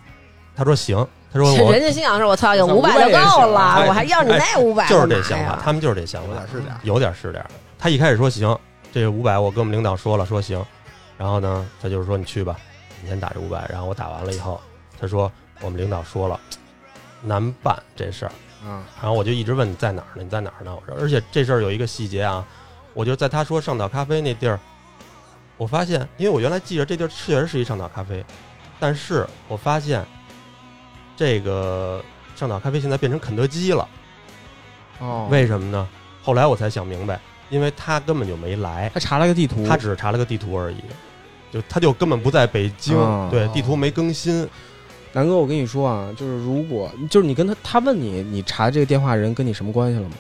S2: 他说行，他说我
S1: 人家心想是我操，有
S3: 我操
S1: 五百就
S3: 500也行
S1: 够了，
S2: 哎
S1: 我还要你那五百，
S2: 就是这想法，他们就是这想
S4: 有
S2: 法
S4: 点，是点儿，
S2: 有点是点儿。他一开始说行，这五百我跟我们领导说了，说行，然后呢，他就是说你去吧，你先打这五百，然后我打完了以后，他说我们领导说了难办这事儿，
S3: 啊，
S2: 然后我就一直问你在哪儿呢？你在哪儿呢？我说，而且这事儿有一个细节啊，我就在他说上岛咖啡那地儿，我发现，因为我原来记着这地儿确实是一上岛咖啡，但是我发现这个上岛咖啡现在变成肯德基了。
S3: 哦，
S2: 为什么呢？后来我才想明白，因为他根本就没来，
S3: 他查了个地图，
S2: 他只是查了个地图而已，就他就根本不在北京，
S3: 哦
S2: 对，地图没更新，
S3: 南哥，我跟你说啊，就是如果就是你跟他，他问你，你查这个电话人跟你什么关系了吗？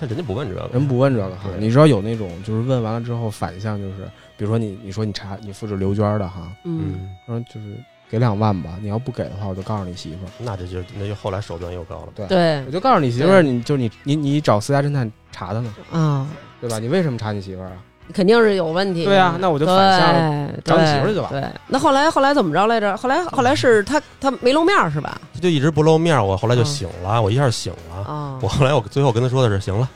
S2: 但人家不问这个，
S3: 人不问这个哈。
S2: 对
S3: 你知道有那种就是问完了之后反向就是，比如说你你说你查你复制刘娟的哈，
S1: 嗯，
S2: 嗯，
S3: 然后就是给两万吧，你要不给的话，我就告诉你媳妇儿，
S2: 那这就那就后来手段又高了，
S1: 对
S3: 我就告诉你媳妇
S1: 对
S3: 儿，你就是你你你找私家侦探查的呢，
S1: 啊，
S3: 对吧？你为什么查你媳妇儿啊？
S1: 肯定是有问题。
S3: 对啊，那我就反向了。
S1: 对
S3: 找你媳妇儿去吧
S1: 对，那后来后来怎么着来着？后来后来是他他没露面儿是吧？
S2: 他就一直不露面，我后来就
S1: 嗯
S2: 醒了，我一下醒了，
S1: 啊
S2: 我，后来我最后跟他说的是，行了，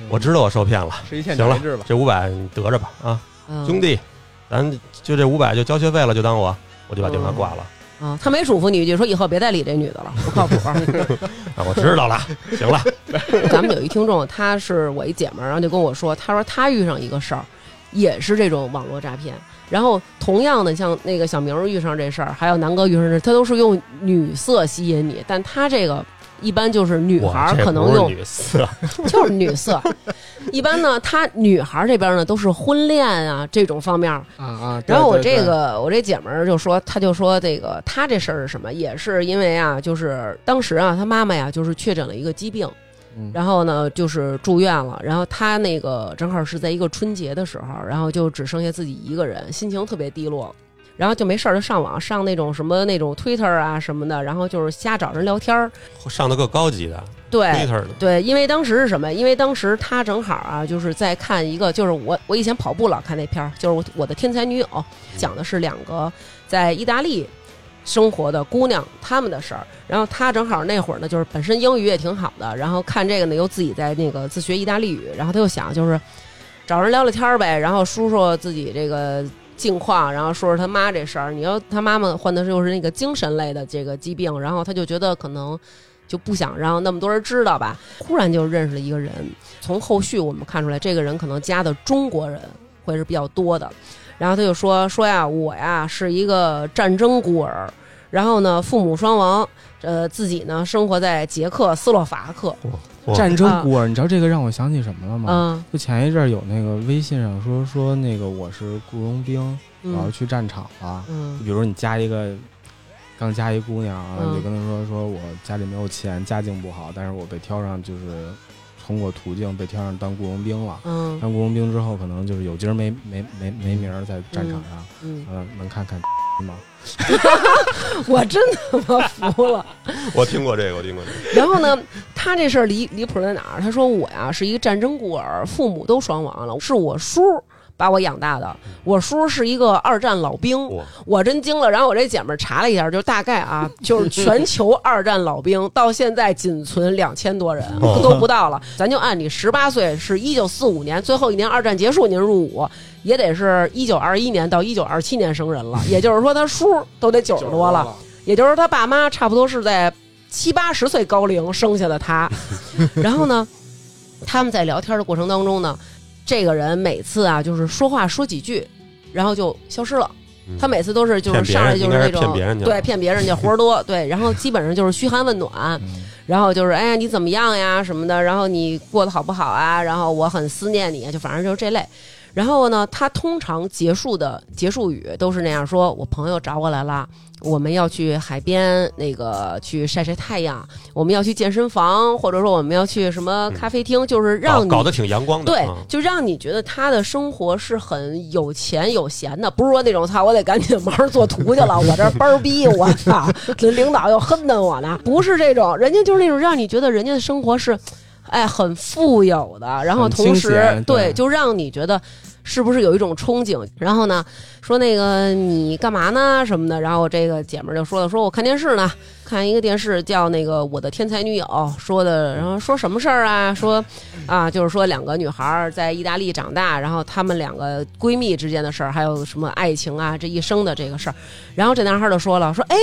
S3: 嗯
S2: 我知道我受骗了，
S3: 实现
S2: 行了
S3: 民制吧。
S2: 这五百你得着吧，啊，
S1: 嗯
S2: 兄弟，咱就这五百就交学费了，就当我。我就把电话挂了、
S1: 啊，他没嘱咐你一句说以后别再理这女的 了，不靠谱。
S2: 啊！我 知道了，行了，
S1: 咱们有一听众，她是我一姐们儿，然后就跟我说，她说她遇上一个事儿，也是这种网络诈骗。然后同样的，像那个小明儿遇上这事儿，还有南哥遇上这，他都是用女色吸引你，但他这个一般就是女
S2: 我
S1: 孩儿
S2: 这
S1: 可能
S2: 不是
S1: 用
S2: 女色，
S1: 就是女 色。一般呢，她女孩儿这边呢都是婚恋啊这种方面儿。
S3: 啊啊！对
S1: 然后我
S3: 对
S1: 这
S3: 对
S1: 个我这姐们儿就说，她就说这个她这事儿是什么？也是因为啊，就是当时啊，她妈妈呀就是确诊了一个疾病，
S3: 嗯
S1: 然后呢就是住院了。然后她那个正好是在一个春节的时候，然后就只剩下自己一个人，心情特别低落。然后就没事儿就上网上那种什么那种 Twitter 啊什么的，然后就是瞎找人聊天儿。
S2: 上的更高级的
S1: 对
S2: Twitter 的，
S1: 对，因为当时是什么？因为当时他正好啊，就是在看一个，就是我我以前跑步老看那片儿，就是我我的天才女友，讲的是两个在意大利生活的姑娘她们的事儿。然后她正好那会儿呢，就是本身英语也挺好的，然后看这个呢又自己在那个自学意大利语，然后她又想就是找人聊聊天儿呗，然后说说自己这个近况，然后说说他妈这事儿。你要他妈妈患的是又是那个精神类的这个疾病，然后他就觉得可能就不想让那么多人知道吧。忽然就认识了一个人，从后续我们看出来，这个人可能加的中国人会是比较多的。然后他就说说呀，我呀是一个战争孤儿，然后呢父母双亡，呃自己呢生活在捷克斯洛伐克，
S2: 我
S3: 战争孤儿，你知道这个让我想起什么了吗？
S1: 啊嗯
S3: 就前一阵儿有那个微信上说说那个我是雇佣兵，我要
S1: 嗯
S3: 去战场了。
S1: 嗯
S3: 比如你加一个，刚加一姑娘啊，
S1: 嗯
S3: 你就跟她说说我家里没有钱，家境不好，但是我被挑上就是通过途径被挑上当雇佣兵了。
S1: 嗯
S3: 当雇佣兵之后，可能就是有今儿没没没没名儿在战场上，
S1: 嗯，
S3: 嗯、能看看吗？
S1: 我真他妈服了。
S2: 我听过这个，我听过这个，
S1: 然后呢，他这事儿离离谱在哪儿？他说我呀是一个战争孤儿，父母都双亡了，是我叔把我养大的。我叔是一个二战老兵，
S2: 我
S1: 我真惊了。然后我这姐们儿查了一下，就大概啊，就是全球二战老兵到现在仅存两千多人，
S2: 哦
S1: 都不到了。咱就按你十八岁是一九四五年最后一年二战结束您入伍，也得是一九二一年到一九二七年生人了，也就是说他叔都得九十多了。也就是说他爸妈差不多是在七八十岁高龄生下的他。然后呢，他们在聊天的过程当中呢，这个人每次啊就是说话说几句，然后就消失了。
S2: 嗯
S1: 他每次都是就
S2: 骗
S1: 是
S2: 别
S1: 上来
S2: 人
S1: 就
S2: 应
S1: 是
S2: 该
S1: 那
S2: 是
S1: 种
S2: 骗别人去了
S1: 对骗别人家活儿 多对，然后基本上就是嘘寒问暖，
S4: 嗯
S1: 然后就是哎呀你怎么样呀什么的，然后你过得好不好啊？然后我很思念你，就反正就是这类。然后呢，他通常结束的结束语都是那样说：“我朋友找我来了，我们要去海边那个去晒晒太阳，我们要去健身房，或者说我们要去什么咖啡厅，就是让
S2: 搞
S1: 你
S2: 嗯搞得挺阳光的，
S1: 对
S2: 嗯，
S1: 就让你觉得他的生活是很有钱有闲的，不是说那种操，我得赶紧忙着做图去了，我这班儿逼，我操，这领导又恨得我呢，不是这种，人家就是那种让你觉得人家的生活是，哎，很富有的，然后
S3: 很
S1: 同
S3: 清
S1: 时
S3: 闲对
S1: 就让你觉得。是不是有一种憧憬？然后呢，说那个你干嘛呢什么的？然后这个姐们儿就说了，说我看电视呢，看一个电视叫那个《我的天才女友》，说的，然后说什么事儿啊？说啊，就是说两个女孩儿在意大利长大，然后她们两个闺蜜之间的事儿，还有什么爱情啊，这一生的这个事儿。然后这男孩儿就说了，说哎，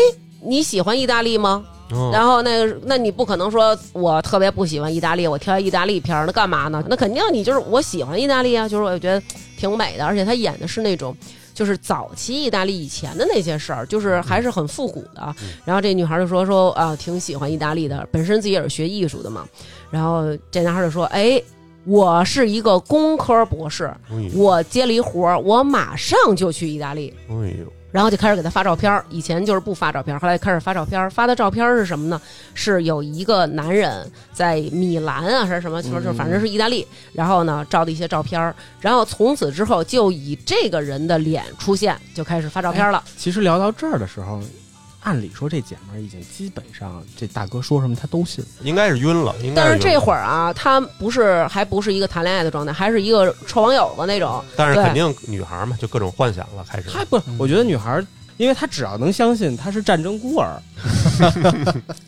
S1: 你喜欢意大利吗？
S2: 嗯
S1: 然后那个，那你不可能说我特别不喜欢意大利，我挑意大利片儿，那干嘛呢？那肯定你就是我喜欢意大利啊，就是我觉得挺美的，而且他演的是那种。就是早期意大利以前的那些事儿，就是还是很复古的。然后这女孩就说说啊，挺喜欢意大利的，本身自己也是学艺术的嘛。然后这男孩就说，哎，我是一个工科博士，
S2: 哎呦
S1: 我接了一活儿，我马上就去意大利。
S2: 哎呦，
S1: 然后就开始给他发照片儿，以前就是不发照片儿，后来开始发照片儿。发的照片儿是什么呢？是有一个男人在米兰啊，还是什么，就是就是反正是意大利，然后呢照的一些照片儿。然后从此之后就以这个人的脸出现，就开始发照片儿了。
S3: 其实聊到这儿的时候，按理说这姐们儿已经基本上这大哥说什么她都信，
S2: 应该是晕了，应该
S1: 但
S2: 是
S1: 是
S2: 晕了
S1: 这会儿啊，他不是还不是一个谈恋爱的状态，还是一个臭网友的那种。
S2: 但是
S1: 对
S2: 肯定女孩嘛，就各种幻想了，开始
S3: 她不，
S1: 嗯
S3: 我觉得女孩儿，因为她只要能相信她是战争 孤儿，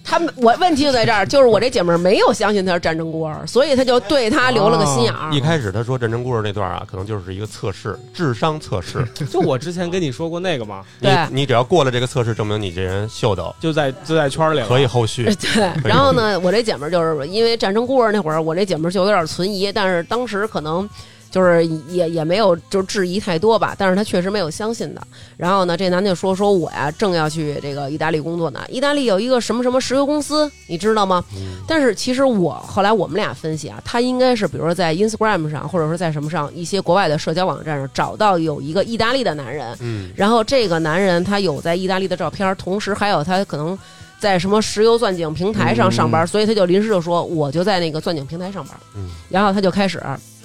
S1: 他们我问题就在这儿，就是我这姐们儿没有相信他是战争孤儿，所以他就对他留了个心眼儿。
S2: 哦一开始他说战争故事那段啊，可能就是一个测试，智商测试。
S3: 就我之前跟你说过那个嘛，
S2: 你
S1: 对
S2: 你只要过了这个测试，证明你这人秀逗，
S3: 就在就在圈儿里了
S2: 可以后
S1: 呃
S2: 续
S1: 对，然后呢，我这姐们儿就是因为战争孤儿那会儿，我这姐们儿就有点存疑，但是当时可能就是也也没有就质疑太多吧，但是她确实没有相信的。然后呢，这男的就说说我呀正要去这个意大利工作呢，意大利有一个什么什么石油公司，你知道吗？但是其实我后来我们俩分析啊，他应该是比如说在 Instagram 上，或者说在什么上一些国外的社交网站上找到有一个意大利的男人，
S2: 嗯，
S1: 然后这个男人他有在意大利的照片，同时还有他可能在什么石油钻井平台上上班，所以他就临时就说我就在那个钻井平台上班。
S2: 嗯嗯
S1: 然后他就开始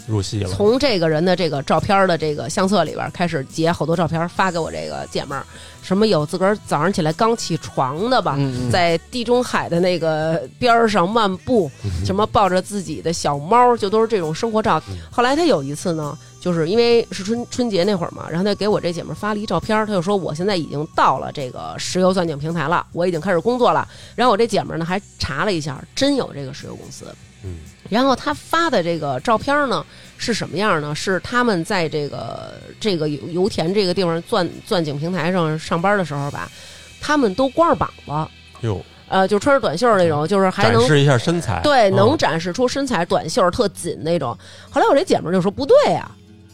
S2: 入戏了。
S1: 从这个人的这个照片的这个相册里边开始截好多照片发给我这个姐们儿，什么有自个儿早上起来刚起床的吧，
S3: 嗯，嗯
S1: 在地中海的那个边儿上漫步，什么抱着自己的小猫，就都是这种生活照
S2: 嗯。
S1: 后来他有一次呢，就是因为是春春节那会儿嘛，然后他给我这姐们儿发了一照片儿，他就说我现在已经到了这个石油钻井平台了，我已经开始工作了。然后我这姐们儿呢还查了一下，真有这个石油公司。
S2: 嗯，
S1: 然后他发的这个照片儿呢是什么样儿呢？是他们在这个这个油油田这个地方钻钻井平台上上班的时候吧，他们都光着膀子。
S2: 哟，
S1: 呃，就穿着短袖儿那种，就是还
S2: 嗯展
S1: 能
S2: 示一下身材，
S1: 对
S2: 嗯
S1: 能展示出身材，短袖儿特紧那种。后来我这姐们儿就说不对啊，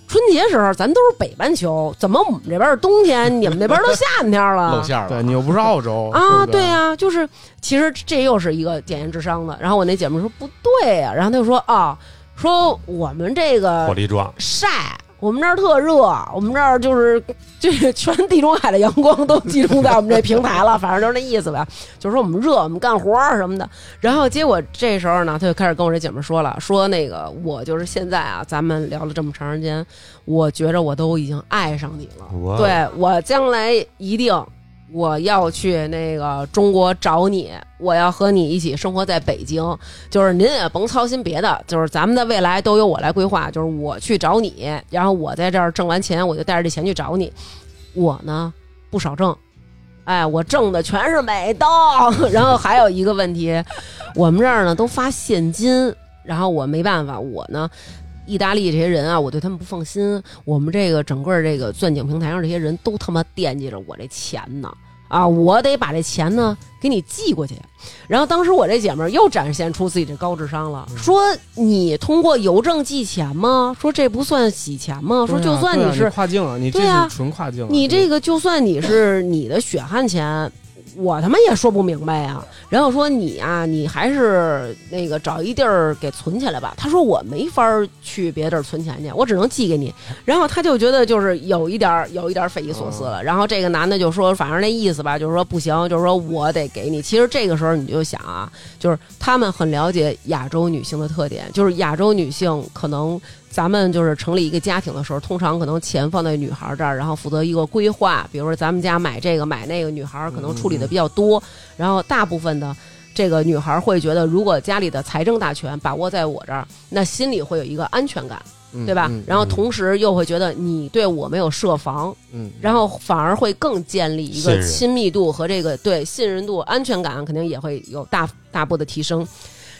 S1: 春节时候咱都是北半球，怎么我们这边儿是冬天，你们那边儿都夏天了？
S4: 露馅儿
S3: 对
S4: 了。
S3: 你又不是澳洲
S1: 啊，
S3: 不
S1: 对啊，就是其实这又是一个检验智商的。然后我那姐们儿说不对啊，然后她就说啊，说我们这个
S2: 火力壮，
S1: 晒。我们这儿特热，我们这儿就是就是 全地中海的阳光都集中在我们这平台了，反正就是那意思呗，就是说我们热，我们干活儿什么的。然后结果这时候呢，他就开始跟我这姐们儿说了，说那个我就是现在啊，咱们聊了这么长时间，我觉着我都已经爱上你了，
S2: 哇
S1: 对我将来一定我要去那个中国找你，我要和你一起生活在北京。就是您也甭操心别的，就是咱们的未来都由我来规划，就是我去找你，然后我在这儿挣完钱，我就带着这钱去找你。我呢不少挣，哎，我挣的全是美刀。 然后还有一个问题，我们这儿呢都发现金，然后我没办法，我呢。意大利这些人啊，我对他们不放心。我们这个整个这个钻井平台上这些人都他妈惦记着我这钱呢，啊，我得把这钱呢给你寄过去。然后当时我这姐们儿又展现出自己这高智商
S3: 嗯
S1: 了，说你通过邮政寄钱吗？说这不算洗钱吗？说
S3: 对啊
S1: 就算
S3: 对啊
S1: 你
S3: 你
S1: 是
S3: 跨境啊，你这
S1: 对啊
S3: 是纯跨境啊，
S1: 你这个就算你是你的血汗钱，我他妈也说不明白呀、然后说你啊，你还是那个找一地儿给存起来吧。他说我没法儿去别地儿存钱去，我只能寄给你。然后他就觉得就是有一点儿有一点儿匪夷所思了。然后这个男的就说，反正那意思吧，就是说不行，就是说我得给你。其实这个时候你就想啊，就是他们很了解亚洲女性的特点，就是亚洲女性可能咱们就是成立一个家庭的时候，通常可能钱放在女孩这儿，然后负责一个规划，比如说咱们家买这个买那个，女孩可能处理的比较多，然后大部分的。这个女孩会觉得，如果家里的财政大权把握在我这儿，那心里会有一个安全感，
S3: 嗯
S1: 对吧？
S3: 嗯
S1: 然后同时又会觉得你对我没有设防，
S3: 嗯，
S1: 然后反而会更建立一
S2: 信
S1: 个
S2: 任
S1: 亲密度和这个对信任度、安全感，肯定也会有大大步的提升。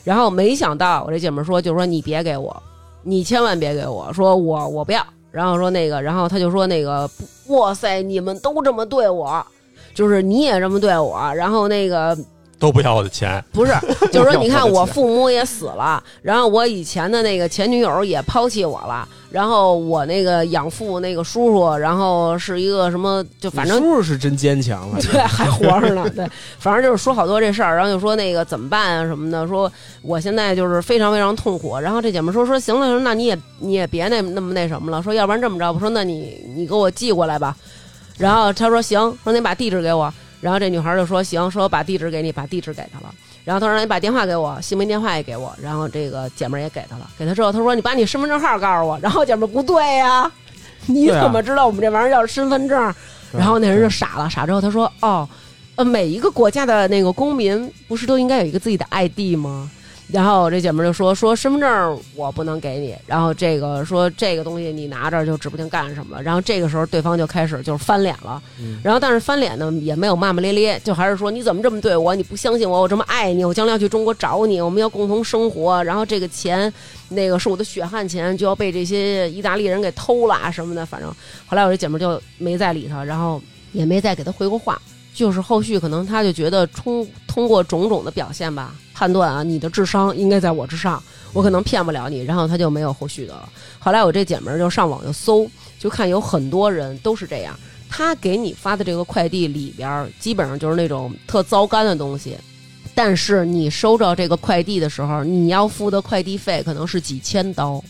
S1: 然后没想到我这姐们儿说，就说你别给我，你千万别给我，说我我不要。然后说那个，然后他就说那个，不哇塞，你们都这么对我，就是你也这么对我，然后那个
S2: 都不要我的钱，
S1: 不是，就是说，你看
S3: 要
S1: 我
S3: 我的钱
S1: 父母也死了，然后我以前的那个前女友也抛弃我了，然后我那个养父那个叔叔，然后是一个什么，就反正
S3: 你叔叔是真坚 强啊，
S1: 对，还活着呢。对，反正就是说好多这事儿，然后就说那个怎么办啊什么的，说我现在就是非常非常痛苦。然后这姐们说说行了，说那你也你也别那那么那什么了，说要不然这么着吧，说那你你给我寄过来吧。然后他说行，说你把地址给我。然后这女孩就说行，说我把地址给你，把地址给他了。然后他说你把电话给我，姓名电话也给我。然后这个姐们儿也给他了，给他之后他说你把你身份证号告诉我。然后姐们儿不对呀、你
S3: 对啊
S1: 怎么知道我们这玩意儿叫身份证？然后那人就傻了，傻之后他说：“哦，呃，每一个国家的那个公民不是都应该有一个自己的 ID 吗？”然后这姐们儿就说：“说身份证我不能给你，然后这个说这个东西你拿着就指不定干什么。”然后这个时候对方就开始就是翻脸了，
S3: 嗯
S1: 然后但是翻脸呢也没有骂骂咧咧，就还是说你怎么这么对我？你不相信我？我这么爱你，我将来要去中国找你，我们要共同生活。然后这个钱，那个是我的血汗钱，就要被这些意大利人给偷了啊什么的。反正后来我这姐们儿就没再理他，然后也没再给他回过话。就是后续可能他就觉得通通过种种的表现吧，判断啊你的智商应该在我之上，我可能骗不了你，然后他就没有后续的了。后来我这姐们儿就上网就搜，就看有很多人都是这样，他给你发的这个快递里边儿基本上就是那种特糟干的东西。但是你收到这个快递的时候，你要付的快递费可能是几千刀，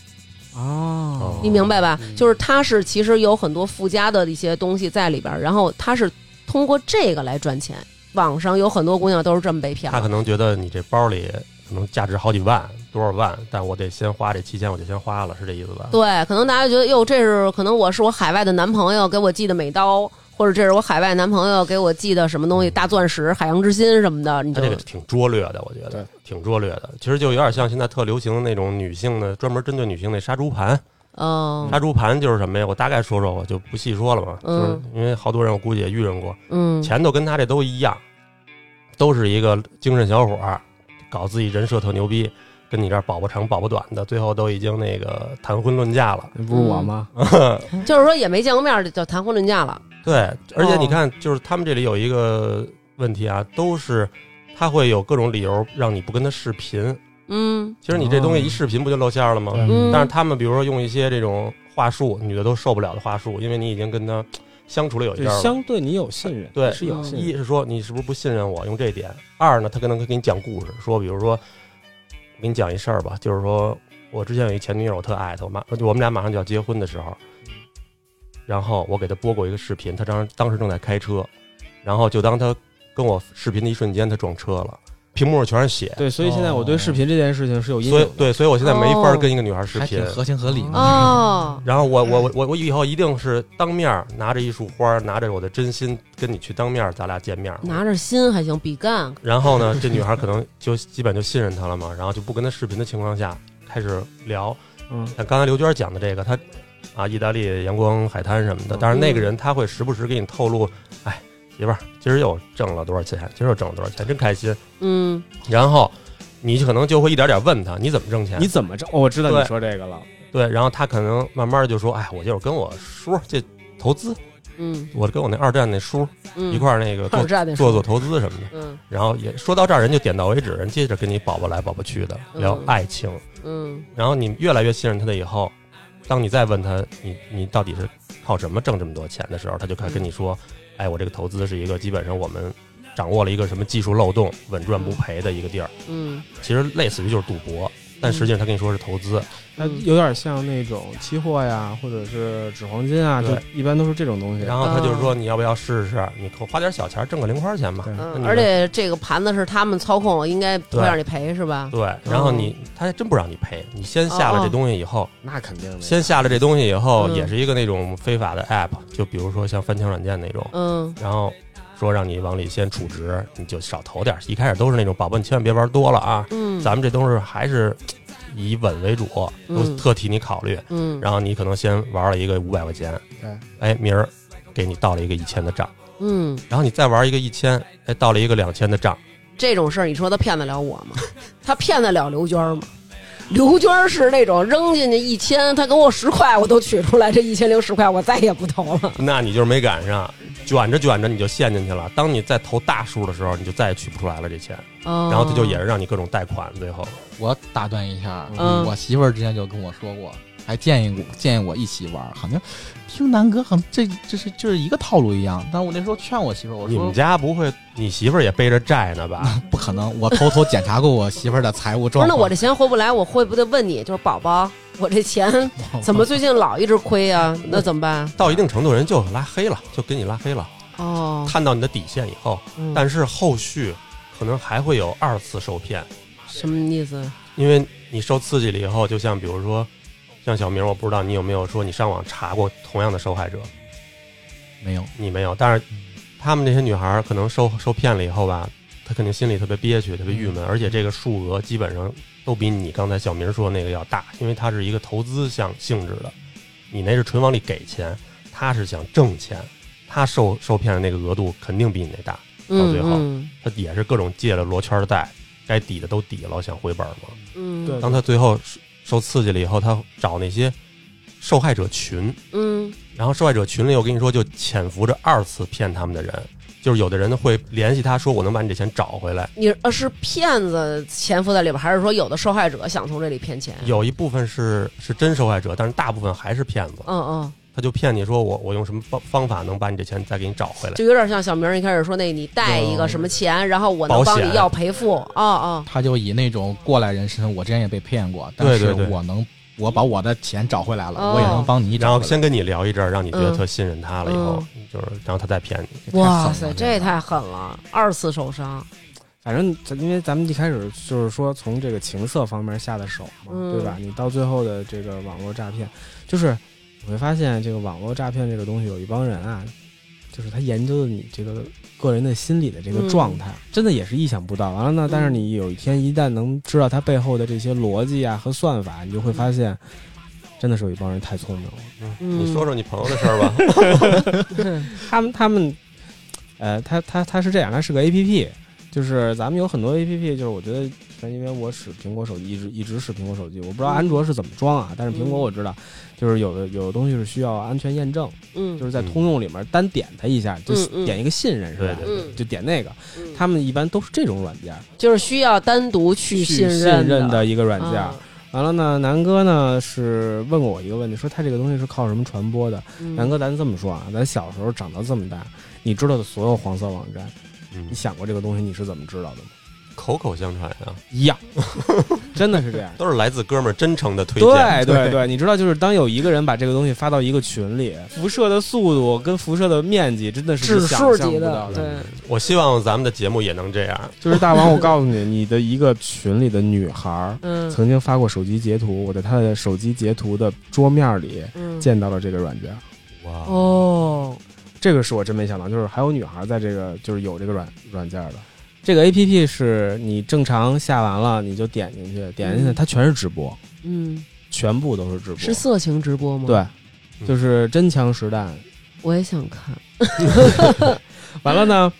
S2: 哦
S3: 啊，
S1: 你明白吧？
S3: 嗯
S1: 就是它是其实有很多附加的一些东西在里边儿，然后它是通过这个来赚钱。网上有很多姑娘都是这么被骗
S2: 他可
S1: 的，
S2: 能觉得你这包里可能价值好几万，多少万，但我得先花这七千，我就先花了，是这意思吧？
S1: 对，可能大家觉得哟，这是可能我是我海外的男朋友给我寄的美刀，或者这是我海外男朋友给我寄的什么东西，大钻石、海洋之心什么的，你
S2: 他
S1: 就
S2: 这个挺拙劣的，我觉
S3: 对
S2: 得挺拙劣的。其实就有点像现在特流行的那种女性的，专门针对女性那杀猪盘。
S1: 嗯
S2: 杀猪盘就是什么呀？我大概说说，我就不细说了嘛。
S1: 嗯
S2: 就是因为好多人我估计也遇见过，
S1: 嗯
S2: 前头跟他这都一样，都是一个精神小伙儿，搞自己人设特牛逼，跟你这儿保不长保不短的，最后都已经那个谈婚论嫁了。
S3: 那不是我吗？
S2: 嗯
S1: 就是说也没见过面就就谈婚论嫁了，
S2: 对，而且
S1: 哦
S2: 你看，就是他们这里有一个问题啊，都是他会有各种理由让你不跟他视频。
S1: 嗯
S2: 其实你这东西
S3: 哦
S2: 一视频不就露馅儿了吗？
S3: 对
S1: 嗯，
S2: 但是他们比如说用一些这种话术，女的都受不了的话术，因为你已经跟他相处了有一
S3: 就
S2: 阵儿了。
S3: 相对你有信任，
S2: 对
S3: 是有信
S2: 一
S3: 任。
S2: 是说你是不是不信任我，用这一点；二呢，他可能会给你讲故事，说比如说，我给你讲一事儿吧，就是说我之前有一前女友，我特爱她，我马我们俩马上就要结婚的时候，然后我给她播过一个视频，她当当时正在开车，然后就当她跟我视频的一瞬间，她撞车了，屏幕上全是血，
S3: 对，所以现在我对视频这件事情是有阴
S2: 哦所以
S3: 影的。
S2: 对，所以我现在没法
S1: 哦
S2: 跟一个女孩视
S4: 还
S2: 频
S4: 挺。合情合理的。
S1: 哦，
S2: 然后我我我我我以后一定是当面儿拿着一束花儿，拿着我的真心跟你去当面儿，咱俩见面儿。
S1: 拿着心还行，比干
S2: 然后呢， 这女孩可能就基本就信任他了嘛，然后就不跟他视频的情况下开始聊。
S3: 嗯，
S2: 像刚才刘娟讲的这个，她啊，意大利阳光海滩什么
S1: 嗯
S2: 的，但是那个人他会时不时给你透露，哎，媳妇儿，今儿又挣了多少钱，今儿又挣了多少钱，真开心。
S1: 嗯
S2: 然后你可能就会一点点问他，你怎么挣钱
S3: 你？怎么着？哦我知道
S2: 对
S3: 你说这个了，
S2: 对，然后他可能慢慢就说，哎，我就是跟我叔这投资，
S1: 嗯
S2: 我跟我那二战那叔
S1: 嗯，
S2: 一块儿那个
S1: 二
S2: 做
S1: 战那时
S2: 做
S1: 候
S2: 做，投资什么的。
S1: 嗯
S2: 然后也说到这儿，人就点到为止，人接着跟你宝宝来宝宝去的聊
S1: 嗯
S2: 爱情，
S1: 嗯
S2: 然后你越来越信任他的以后，当你再问他你你到底是靠什么挣这么多钱的时候，他就开始跟你说，哎，我这个投资是一个基本上我们掌握了一个什么技术漏洞，稳赚不赔的一个地儿，
S1: 嗯
S2: 其实类似于就是赌博，但实际上他跟你说是投资，
S3: 它有点像那种期货呀，或者是纸黄金啊，就
S2: 对
S3: 一般都是这种东西。
S2: 然后他就是说你要不要试试，你给我花点小钱挣个零花钱吧。
S3: 对
S2: 那
S1: 嗯，
S2: 你
S1: 而且这个盘子是他们操控，应该不会让你赔是吧？
S2: 对，然后你他还真不让你赔，你先下了
S1: 哦
S2: 这
S1: 哦
S2: 东西以后，
S3: 那肯定的，
S2: 先下了这东西以后，
S1: 嗯
S2: 也是一个那种非法的 app，就比如说像翻墙软件那种，
S1: 嗯
S2: 然后说让你往里先储值，你就少投点儿。一开始都是那种宝宝，你千万别玩多了啊！
S1: 嗯，
S2: 咱们这都是还是以稳为主，都
S1: 嗯
S2: 特替你考虑。
S1: 嗯
S2: 然后你可能先玩了一个五百块钱
S3: 对，
S2: 哎，明儿给你到了一个一千的账，
S1: 嗯，
S2: 然后你再玩一个一千，哎，到了一个两千的账，
S1: 这种事儿，你说他骗得了我吗？ 他骗得了刘娟儿吗？刘娟儿是那种扔进去一千，他给我十块，我都取出来，这一千零十块我再也不投了。
S2: 那你就是没赶上，卷着卷着你就陷进去了。当你再投大数的时候，你就再也取不出来了这钱，
S1: 然
S2: 哦然后他就也是让你各种贷款，最后。
S4: 我打断一下，
S1: 嗯
S4: 我媳妇儿之前就跟我说过，还建议我建议我一起玩儿，好像听南哥好像这这是就是一个套路一样。但我那时候劝我媳妇儿，我
S2: 你们
S4: 说
S2: 家不会，你媳妇儿也背着债呢 吧？
S4: 不可能，我偷偷检查过我媳妇儿的财务
S1: 不是，
S4: 状
S1: 哦那
S4: 况。
S1: 我这钱回不来，我会不会问你，就是宝宝，我这 钱怎么最近老一直亏啊？那怎么办？
S2: 到一定程度，人就拉黑了，就给你拉黑了，
S1: 哦，
S2: 探到你的底线以后，
S1: 嗯
S2: 但是后续可能还会有二次受骗，
S1: 什么意思？
S2: 因为你受刺激了以后，就像比如说，像小明，我不知道你有没有说你上网查过同样的受害者，
S4: 没有？
S2: 你没有，但是他们这些女孩儿可能受受骗了以后吧，她肯定心里特别憋屈，特别郁闷，而且这个数额基本上都比你刚才小明说的那个要大，因为它是一个投资项性质的，你那是纯往里给钱，他是想挣钱，他受受骗的那个额度肯定比你那大，到
S1: 嗯
S2: 最后
S1: 嗯
S2: 他也是各种借了罗圈的贷，该抵的都抵了，想回本儿嘛。
S1: 嗯，
S3: 对
S2: 当他最后受受刺激了以后，他找那些受害者群，
S1: 嗯
S2: 然后受害者群里，我跟你说，就潜伏着二次骗他们的人，就是有的人会联系他说我能把你这钱找回来，
S1: 你呃是骗子潜伏在里边，还是说有的受害者想从这里骗钱？啊
S2: 有一部分是是真受害者，但是大部分还是骗子，
S1: 嗯嗯，
S2: 他就骗你说我我用什么方方法能把你这钱再给你找回来。
S1: 就有点像小明儿一开始说那，你贷一个什么钱，然后我能帮
S2: 保
S1: 你
S2: 险
S1: 要赔付。哦哦，
S4: 他就以那种过来人身，我之前也被骗过，但
S2: 对
S4: 是
S2: 对对
S4: 我能，我把我的钱找回来了，
S1: 哦
S4: 我也能帮你
S2: 然
S4: 找
S2: 后
S4: 回来。
S2: 先跟你聊一阵儿，让你觉得
S1: 嗯
S2: 特信任他了，以后、就是，然后他再骗你。
S4: 这太狠了
S1: 哇塞，这也太狠了，二次受伤。
S3: 反正咱因为咱们一开始就是说从这个情色方面下的手嘛，
S1: 嗯
S3: 对吧？你到最后的这个网络诈骗，就是你会发现这个网络诈骗这个东西有一帮人啊，就是他研究的你这个个人的心理的这个
S1: 嗯
S3: 状态，真的也是意想不到。完了呢，但是
S1: 嗯
S3: 你有一天一旦能知道它背后的这些逻辑啊和算法，你就会发现，真的是有一帮人太聪明了。
S2: 嗯
S1: 嗯
S2: 你说说你朋友的事儿吧。
S3: 他们他们，呃，他他他是这样，他是个 A P P，就是咱们有很多 A P P，就是我觉得，但因为我使苹果手机一直一直使苹果手机，我不知道
S1: 嗯
S3: 安卓是怎么装啊，但是苹果
S1: 嗯
S3: 我知道，就是有的有的东西是需要安全验证，
S1: 嗯
S3: 就是在通用里面单点它一下，就
S1: 嗯嗯
S3: 点一个信任是吧？
S2: 对
S1: 对对
S3: 就点那个，
S1: 嗯
S3: 他们一般都是这种软件，
S1: 就是需要单独去
S3: 去信
S1: 任
S3: 任的一个软件。
S1: 啊
S3: 完了呢，南哥呢是问过我一个问题，说他这个东西是靠什么传播的？
S1: 嗯
S3: 南哥，咱这么说啊，咱小时候长到这么大，你知道的所有黄色网站，
S2: 嗯
S3: 你，想过这个东西你是怎么知道的吗？
S2: 口口相传啊，
S3: 一样，真的是这样。
S2: 都是来自哥们儿真诚的推荐。
S3: 对 对对，你知道，就是当有一个人把这个东西发到一个群里，辐射的速度跟辐射的面积真的是
S1: 指
S3: 想
S1: 数
S3: 象
S1: 级
S3: 不
S1: 的
S3: 到，的。
S1: 对，
S2: 我希望咱们的节目也能这样。
S3: 就是大王，我告诉你，你的一个群里的女孩儿
S1: 嗯
S3: 曾经发过手机截图，我在她的手机截图的桌面里
S1: 嗯，
S3: 见到了这个软件。
S2: 哇，
S1: 哦，
S3: 这个是我真没想到，就是还有女孩在这个就是有这个软软件的。这个 A P P 是你正常下完了你就点进去，点进去
S1: 嗯
S3: 它全是直播，
S1: 嗯，
S3: 全部都是嗯直播，
S1: 是色情直播吗？，
S3: 对，就是真枪实 弹。
S1: 我也想看。
S3: 完了呢，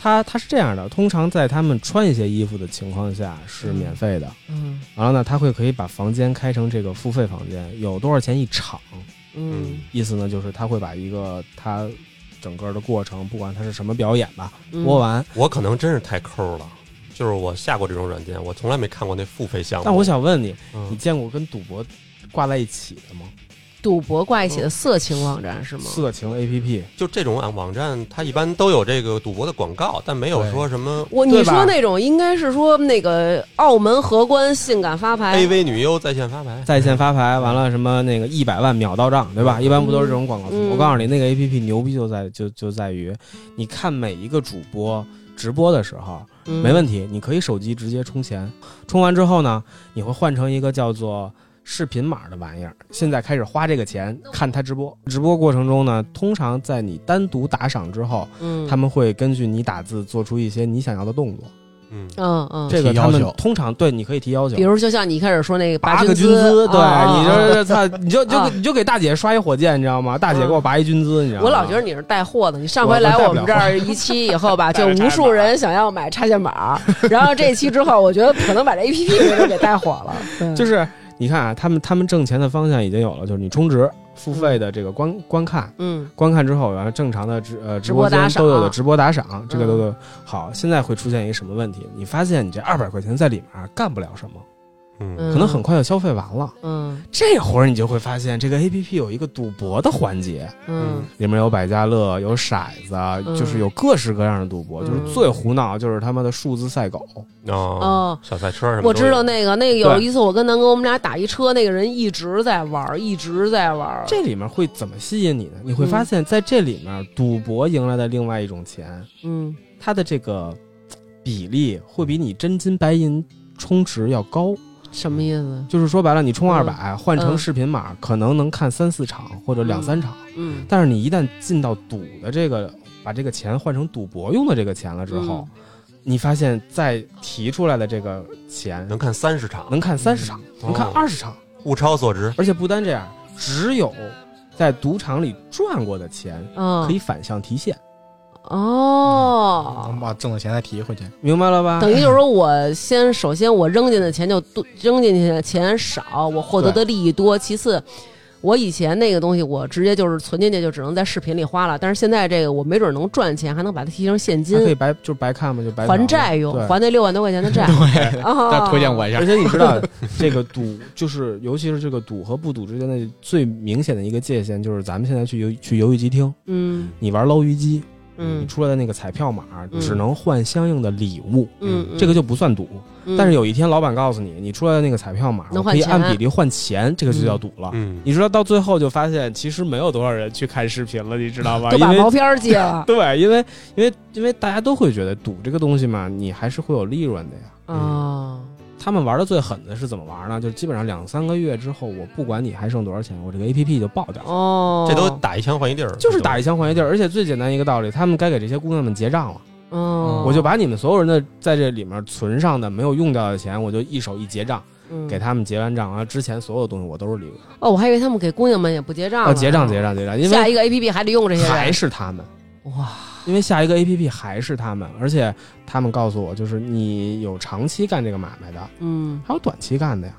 S3: 它它是这样的，通常在他们穿一些衣服的情况下是免费的。
S1: 嗯
S3: 完了呢，他会可以把房间开成这个付费房间，有多少钱一场？
S1: 嗯
S3: 意思呢就是他会把一个他整个的过程，不管他是什么表演吧，
S1: 嗯，
S3: 播完
S2: 我可能真是太抠了，就是我下过这种软件，我从来没看过那付费项目。
S3: 但我想问你，
S2: 嗯，
S3: 你见过跟赌博挂在一起的吗？
S1: 赌博挂一起的色情网
S3: 嗯
S1: 站是吗？
S3: 色情 A P P，
S2: 就这种网网站，它一般都有这个赌博的广告，但没有
S3: 对
S2: 说什么
S1: 我
S3: 对
S1: 你
S3: 吧
S1: 说那种应该是说那个澳门荷官性感发牌
S2: AV 女优在线发牌。
S3: 在线发牌，完了什么那个一百万秒到账，对吧？
S2: 嗯
S3: 一般不都是这种广告词？
S1: 嗯
S3: 我告诉你，那个 A P P 牛逼就在就就在于，你看每一个主播直播的时候，
S1: 嗯
S3: 没问题，你可以手机直接充钱，充完之后呢，你会换成一个叫做。视频码的玩意儿，现在开始花这个钱看他直播。直播过程中呢，通常在你单独打赏之后，
S1: 嗯，
S3: 他们会根据你打字做出一些你想要的动作。
S2: 嗯，
S1: 嗯嗯，
S3: 这个
S4: 提
S3: 他
S4: 要
S3: 们
S4: 求
S3: 通常对你可以提要求
S1: 比，如就像你一开始说那个
S3: 拔
S1: 军
S3: 个军姿，对，
S1: 啊
S3: 你
S1: 啊啊
S3: 就是 操，你就就
S1: 啊嗯
S3: 你就给大姐刷一火箭，你知道吗？大姐给我拔一军姿，你知道吗？
S1: 我老觉得你是带货的，你上回
S3: 我
S1: 来
S3: 带不
S1: 我们
S3: 了
S1: 这儿一期以后 吧，就
S3: 带着
S1: 无数人想要买插线板，然后这期之后，我觉得可能把这 A P P 给给带火 了。对
S3: 就是你看啊，他们他们挣钱的方向已经有了，就是你充值付费的这个观观看。
S1: 嗯
S3: 观看之后，然后正常的直呃直
S1: 直播
S3: 播
S1: 打
S3: 间
S1: 赏嗯
S3: 都有的直播打赏，这个都有。好，现在会出现一个什么问题？你发现你这二百块钱在里面干不了什么，
S2: 嗯
S1: 嗯
S3: 可能很快就消费完了。
S1: 嗯
S3: 这会儿你就会发现，这个 A P P 有一个赌博的环节，
S1: 嗯
S3: 里面有百家乐，有骰子，就是有各式各样的赌博，
S1: 嗯
S3: 就是最胡闹就是他妈的数字赛狗，
S2: 哦，
S1: 哦，
S2: 小赛车什么？
S1: 我知道。那个那个有
S3: 嗯对
S1: 一次我跟南哥我们俩打一车，那个人一直在玩儿，一直在玩儿。
S3: 这里面会怎么吸引你呢？你会
S1: 嗯
S3: 发现在这里面，赌博迎来的另外一种钱，
S1: 嗯
S3: 它的这个比例会比你真金白银充值要高。
S1: 什么意思？
S3: 就是说白了，你充
S1: 嗯
S3: 二百换成视频码，可能能看三四场或者两三场，
S1: 嗯
S3: 但是你一旦进到赌的这个，把这个钱换成赌博用的这个钱了之后。
S1: 嗯
S3: 你发现，再提出来的这个钱
S2: 能看三十场，
S3: 能看三十场，能看
S2: 哦
S3: 二十场，
S2: 物超所值。
S3: 而且不单这样，只有在赌场里赚过的钱
S1: 嗯
S3: 可以嗯反向提现，
S1: 哦
S4: 能。把挣的钱再提回去。
S3: 明白了吧？哎
S1: 等于就是说，我先首先我扔进的钱就多，扔进去的钱少，我获得的利益多。其次，我以前那个东西我直接就是存进去就只能在视频里花了，但是现在这个我没准能赚钱，还能把它提成现
S3: 还可以
S1: 金
S3: 白就是白看嘛，就白嫖嘛
S1: 还债用，
S3: 对
S1: 还那六万多块钱的债。
S4: 对，
S1: 啊，
S4: 再推荐我一下
S3: 而。且你知道，这个赌就是，尤其是这个赌和不赌之间的最明显的一个界限，就是咱们现在去游去游戏机厅，
S1: 嗯
S3: 你玩捞鱼机，
S1: 嗯
S3: 你出来的那个彩票码
S1: 嗯
S3: 只能换相应的礼物，
S1: 嗯，
S3: 这个就不算赌。
S1: 嗯
S3: 但是有一天老板告诉你，你出来的那个彩票码
S1: 能
S3: 我
S1: 换
S3: 可以
S1: 钱
S3: 按比例换钱，这个就叫赌了。
S2: 嗯，
S3: 你知道到最后就发现，其实没有多少人去看视频了，你知道吧？
S1: 都
S3: 因
S1: 把
S3: 为
S1: 毛片儿接了
S3: 对，因为因为因为大家都会觉得赌这个东西嘛，你还是会有利润的呀。
S1: 哦，
S3: 他们玩的最狠的是怎么玩呢？就是基本上两三个月之后，我不管你还剩多少钱，我这个 A P P 就爆掉了，
S1: 哦，
S2: 这都打一枪换一地儿，
S3: 就是打一枪还一地儿。而且最简单一个道理，他们该给这些姑娘们结账了，
S1: 哦，
S3: 我就把你们所有人的在这里面存上的没有用掉的钱，我就一手一结账，
S1: 嗯
S3: 给他们结完账，然后之前所有东西我都是利润。
S1: 哦，我还以为他们给姑娘们也不结账
S3: 啊，
S1: 了，
S3: 结账结账结账，因
S1: 下
S3: 为
S1: 一个 A P P 还得用这些
S3: 还
S1: 人，
S3: 是他们。
S1: 哇，
S3: 因为下一个 A P P 还是他们，而且他们告诉我，就是你有长期干这个买卖的，
S1: 嗯
S3: 还有短期干的呀。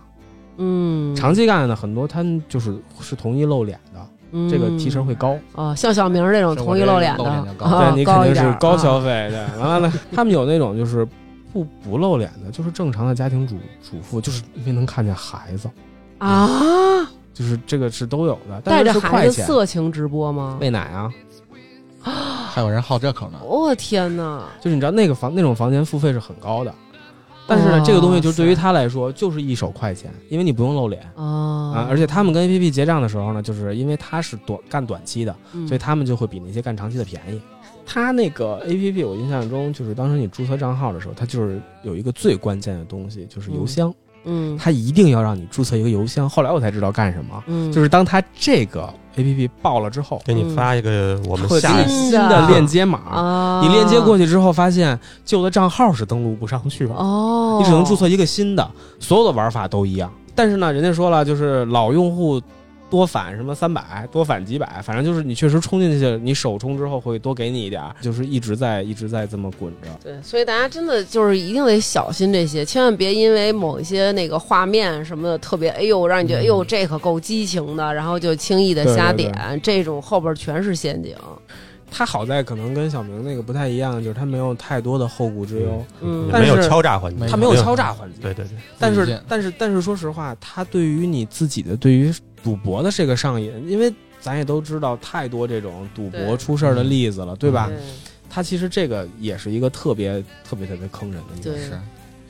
S1: 嗯，
S3: 长期干的很多，他们就是是同意露脸的，
S1: 嗯
S3: 这个提成会高。
S1: 哦，像小明这种
S4: 是我
S1: 同意
S4: 这
S1: 露脸的，
S4: 露脸就高
S1: 啊
S3: 对你肯定
S1: 一点
S3: 是
S1: 儿
S3: 高
S1: 啊
S3: 消费的。完了，他们有那种就是不不露脸的，就是正常的家庭主主妇，就是因为能看见孩子，
S1: 啊，
S3: 就是这个是都有的，
S1: 带
S3: 嗯但
S1: 着
S3: 是是
S1: 孩
S3: 快
S1: 子
S3: 钱
S1: 色情直播吗？
S3: 喂奶啊，
S4: 还有人好这口呢。
S1: 我哦天哪！
S3: 就是你知道那个房那种房间付费是很高的，但是呢，
S1: 哇
S3: 这个东西就是对于
S1: 塞
S3: 他来说就是一手快钱，因为你不用露脸。啊
S1: 啊，
S3: 而且他们跟 A P P 结账的时候呢，就是因为他是短干短期的，
S1: 嗯
S3: 所以他们就会比那些干长期的便宜。他那个 A P P，我印象中就是当时你注册账号的时候，它就是有一个最关键的东西，就是邮箱，
S1: 嗯
S3: 它一定要让你注册一个邮箱。后来我才知道干什么，
S1: 嗯，
S3: 就是当它这个 A P P 爆了之后，
S2: 给你发一个我们
S3: 会
S2: 下
S3: 给
S2: 一
S3: 你
S2: 次
S3: 新的链接码，
S1: 啊，
S3: 你链接过去之后，发现旧的账号是登录不上去了。
S1: 哦，
S3: 你只能注册一个新的，所有的玩法都一样。但是呢，人家说了，就是老用户多返什么三百，多返几百，反正就是你确实充进去，你首充之后会多给你一点儿，就是一直在一直在这么滚着。
S1: 对，所以大家真的就是一定得小心这些，千万别因为某一些那个画面什么的特别，哎呦，让你觉得、哎
S3: 嗯
S1: 呦这可够激情的，然后就轻易的瞎点，这种后边全是陷阱。
S3: 他好在可能跟小明那个不太一样，就是他没有太多的后顾之忧，
S1: 嗯
S2: 也
S3: 但
S2: 没有
S3: 是
S2: 敲诈环节，
S4: 没
S3: 他没有敲诈环节。
S2: 嗯哎对对对，
S3: 但
S4: 自己
S3: 是
S4: 见
S3: 但是但是说实话，他对于你自己的对于赌博的这个上瘾，因为咱也都知道太多这种赌
S1: 对
S3: 博出事儿的例子了，对吧？
S1: 对
S3: 它其实这个也是一个特别特别特别坑人的一个。
S1: 对
S4: 是，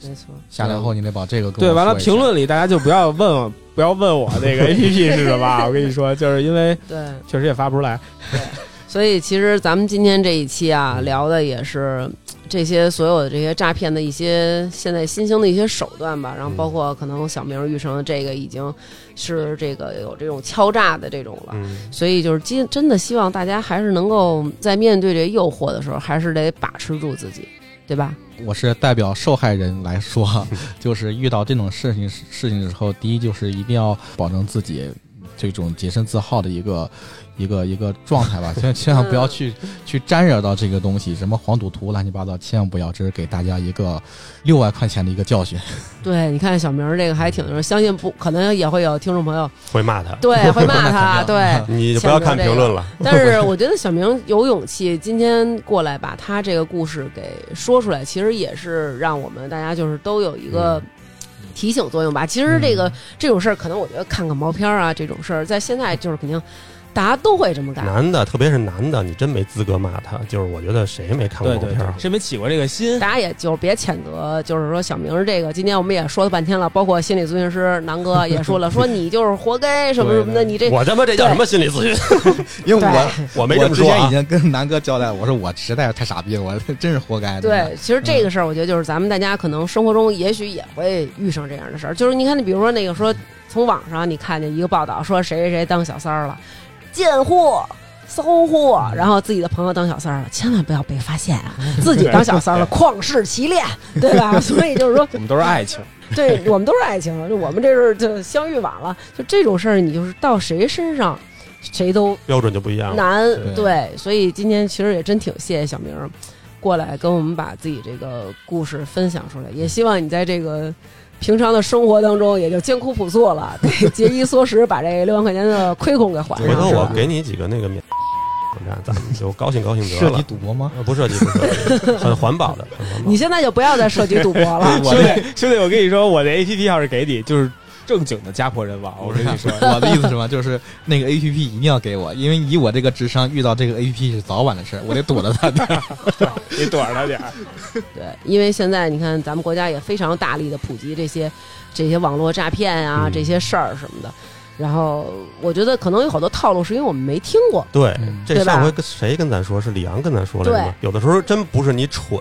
S1: 没错。
S4: 下来后你得把这个跟
S3: 对，
S4: 我
S3: 完了
S4: 说一下
S3: 评论里大家就不要问我，不要问我 那个 A P P 是什么啊，我跟你说，就是因为
S1: 对，
S3: 确实也发不出来。
S1: 所以其实咱们今天这一期啊，聊的也是嘖这些所有的这些诈骗的一些现在新兴的一些手段吧，然后包括可能小明遇上的这个已经是这个有这种敲诈的这种了。
S2: 嗯，
S1: 所以就是今真的希望大家还是能够在面对这诱惑的时候，还是得把持住自己，对吧？
S4: 我是代表受害人来说，就是遇到这种事情事情之后，第一就是一定要保证自己这种洁身自好的一个一个一个状态吧，千千万不要去去沾惹到这个东西，什么黄赌毒乱七八糟，千万不要，这是给大家一个六万块钱的一个教训。
S1: 对，你看小明儿这个还挺，相信不可能也会有听众朋友
S2: 会骂他，
S1: 对会骂他，
S4: 肯定
S1: 对。
S2: 你就不要看评论了，
S1: 但是我觉得小明有勇气今天过来把他这个故事给说出来，其实也是让我们大家就是都有一个提醒作用吧。其实这个、这种事儿，可能我觉得看看毛片儿啊这种事儿，在现在就是肯定大家都会这么干。
S2: 男的，特别是男的，你真没资格骂他。就是我觉得谁没看过
S3: 对
S2: 毛
S3: 对
S2: 片儿啊
S3: 对，，谁没起过这个心？
S1: 大家也就是别谴责，就是说小明儿这个，今天我们也说了半天了，包括心理咨询师南哥也说了，说你就是活该什么什么的，你这
S2: 我他妈这叫什么心理咨询？
S4: 因为
S1: 对
S4: 我
S2: 我没这
S4: 我
S2: 么
S4: 之
S2: 说
S4: 前已
S2: 啊。
S4: 经跟南哥交代，我说我实在是太傻逼了，我真是活该。真的
S1: 对，，其实这个事儿，我觉得就是咱们大家可能生活中也许也会遇上这样的事儿，就是你看，你比如说那个说从网上你看见一个报道说谁谁谁当小三儿了，贱货。骚货，然后自己的朋友当小三儿了，千万不要被发现啊！自己当小三儿了，旷世奇恋，对吧？ 所以就是说，
S3: 我们都是爱 情，。
S1: 对我们都是爱情，就我们这是就相遇晚了，就这种事儿，你就是到谁身上，谁都
S2: 标准就不一样了。
S1: 难。
S4: 对
S1: 对，所以今天其实也真挺谢谢小明儿过来跟我们把自己这个故事分享出来，也希望你在这个。平常的生活当中，也就艰苦朴素了， 得节衣缩食，把这六万块钱的亏空给还上。
S2: 回头
S1: 是吧
S2: 我给你几个那个免，你看咱们就高兴高兴得
S4: 涉及
S2: 了。
S4: 赌博吗？
S2: 呃不涉及，不涉及， 很环保的，很环保
S1: 你。现在就不要再涉及赌博了
S3: 兄弟，兄弟，我跟你说，我的 A P P 要是给你，就是正经的家破人亡。我跟你说，
S4: 我的意思是什么？就是那个 A P P 一定要给我，因为以我这个智商，遇到这个 A P P 是早晚的事儿，我 得躲着它。
S3: 你躲着他点儿。
S1: 对，因为现在你看，咱们国家也非常大力的普及这些这些网络诈骗啊、
S2: 嗯
S1: 这些事儿什么的。然后我觉得可能有好多套路是因为我们没听过，
S2: 对
S4: 嗯，
S2: 这
S1: 对吧
S2: 上回跟谁跟咱说？是李阳跟咱说来着吗？有的时候真不是你蠢，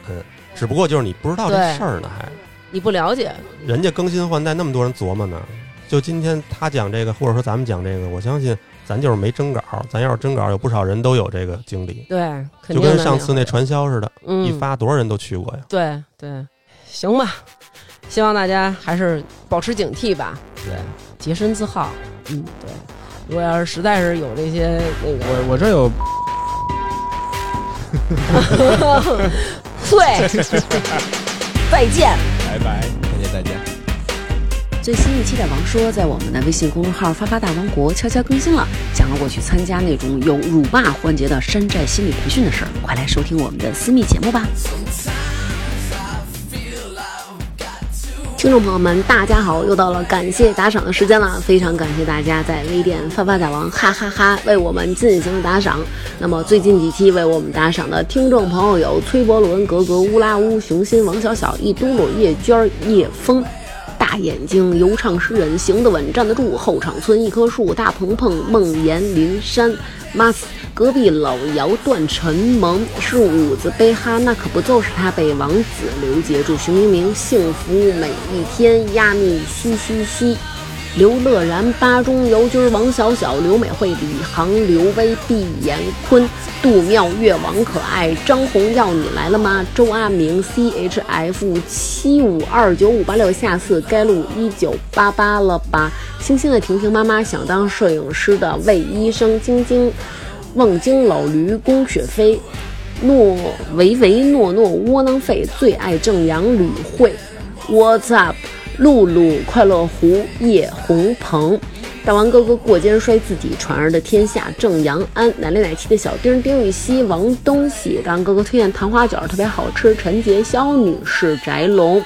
S2: 只不过就是你不知道这
S1: 对
S2: 事儿呢，还
S1: 你不了解，
S2: 人家更新换代那么多人琢磨呢。就今天他讲这个，或者说咱们讲这个，我相信咱就是没征稿，咱要是征稿，有不少人都有这个经历，
S1: 对，肯
S2: 就
S1: 定的
S2: 跟
S1: 那
S2: 上
S1: 样
S2: 次那传销似的，一
S1: 嗯，
S2: 发多少人都去过呀。
S1: 对对，行吧，希望大家还是保持警惕吧，对，洁身自好，嗯，对。如果要是实在是有这些那个，
S3: 我我这有
S5: 对，再见。
S3: 拜拜。
S4: 再见，再见。
S5: 最新一期的《王说》在我们的微信公众号“发发大王国”悄悄更新了，讲了我去参加那种有辱骂环节的山寨心理培训的事儿，快来收听我们的私密节目吧。
S6: 听众朋友们，大家好！又到了感谢打赏的时间了，非常感谢大家在微店发发大王哈哈哈为我们进行打赏。那么最近几期为我们打赏的听众朋友有崔伯伦、格格、乌拉乌、熊心、王小小、一嘟噜、叶娟儿、叶枫。大眼睛、游唱诗人、行得稳、站得住、后场村、一棵树、大鹏鹏、梦岩、林山、马斯、隔壁老姚、段晨萌是五子贝哈，那可不就是他被王子刘杰住、熊明明、幸福每一天、亚密西西西。刘乐然、巴中、尤军、王小小、刘美惠、李航、刘威、毕延坤、杜妙月、王可爱、张红要你来了吗？周阿明、C H F 七五二九五八六下次该录一九八八了吧？星星的婷婷妈妈想当摄影师的魏医生、晶晶、望京老驴、龚雪飞、诺唯唯诺诺窝囊废最爱正阳吕慧，What's up？露露快乐湖叶红鹏。大王哥哥过肩摔自己传儿的天下，正阳安奶里奶气的小丁丁禹兮王东喜，大王哥哥推荐糖花卷儿特别好吃，陈杰肖女士翟龙。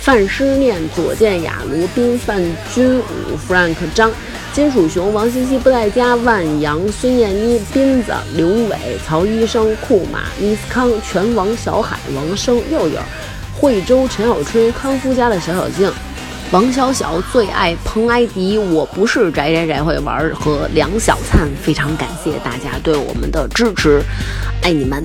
S6: 范诗念、左建雅、罗宾、范君武、Frank 张、金属熊、王西西不在家、万阳、孙燕妮、斌子、刘伟、曹医生、库马、伊斯康、拳王、小海、王生、佑佑、惠州、陈小春、康夫家的小小静。王小小最爱彭艾迪，我不是宅宅宅会玩儿和梁小灿，非常感谢大家对我们的支持，爱你们。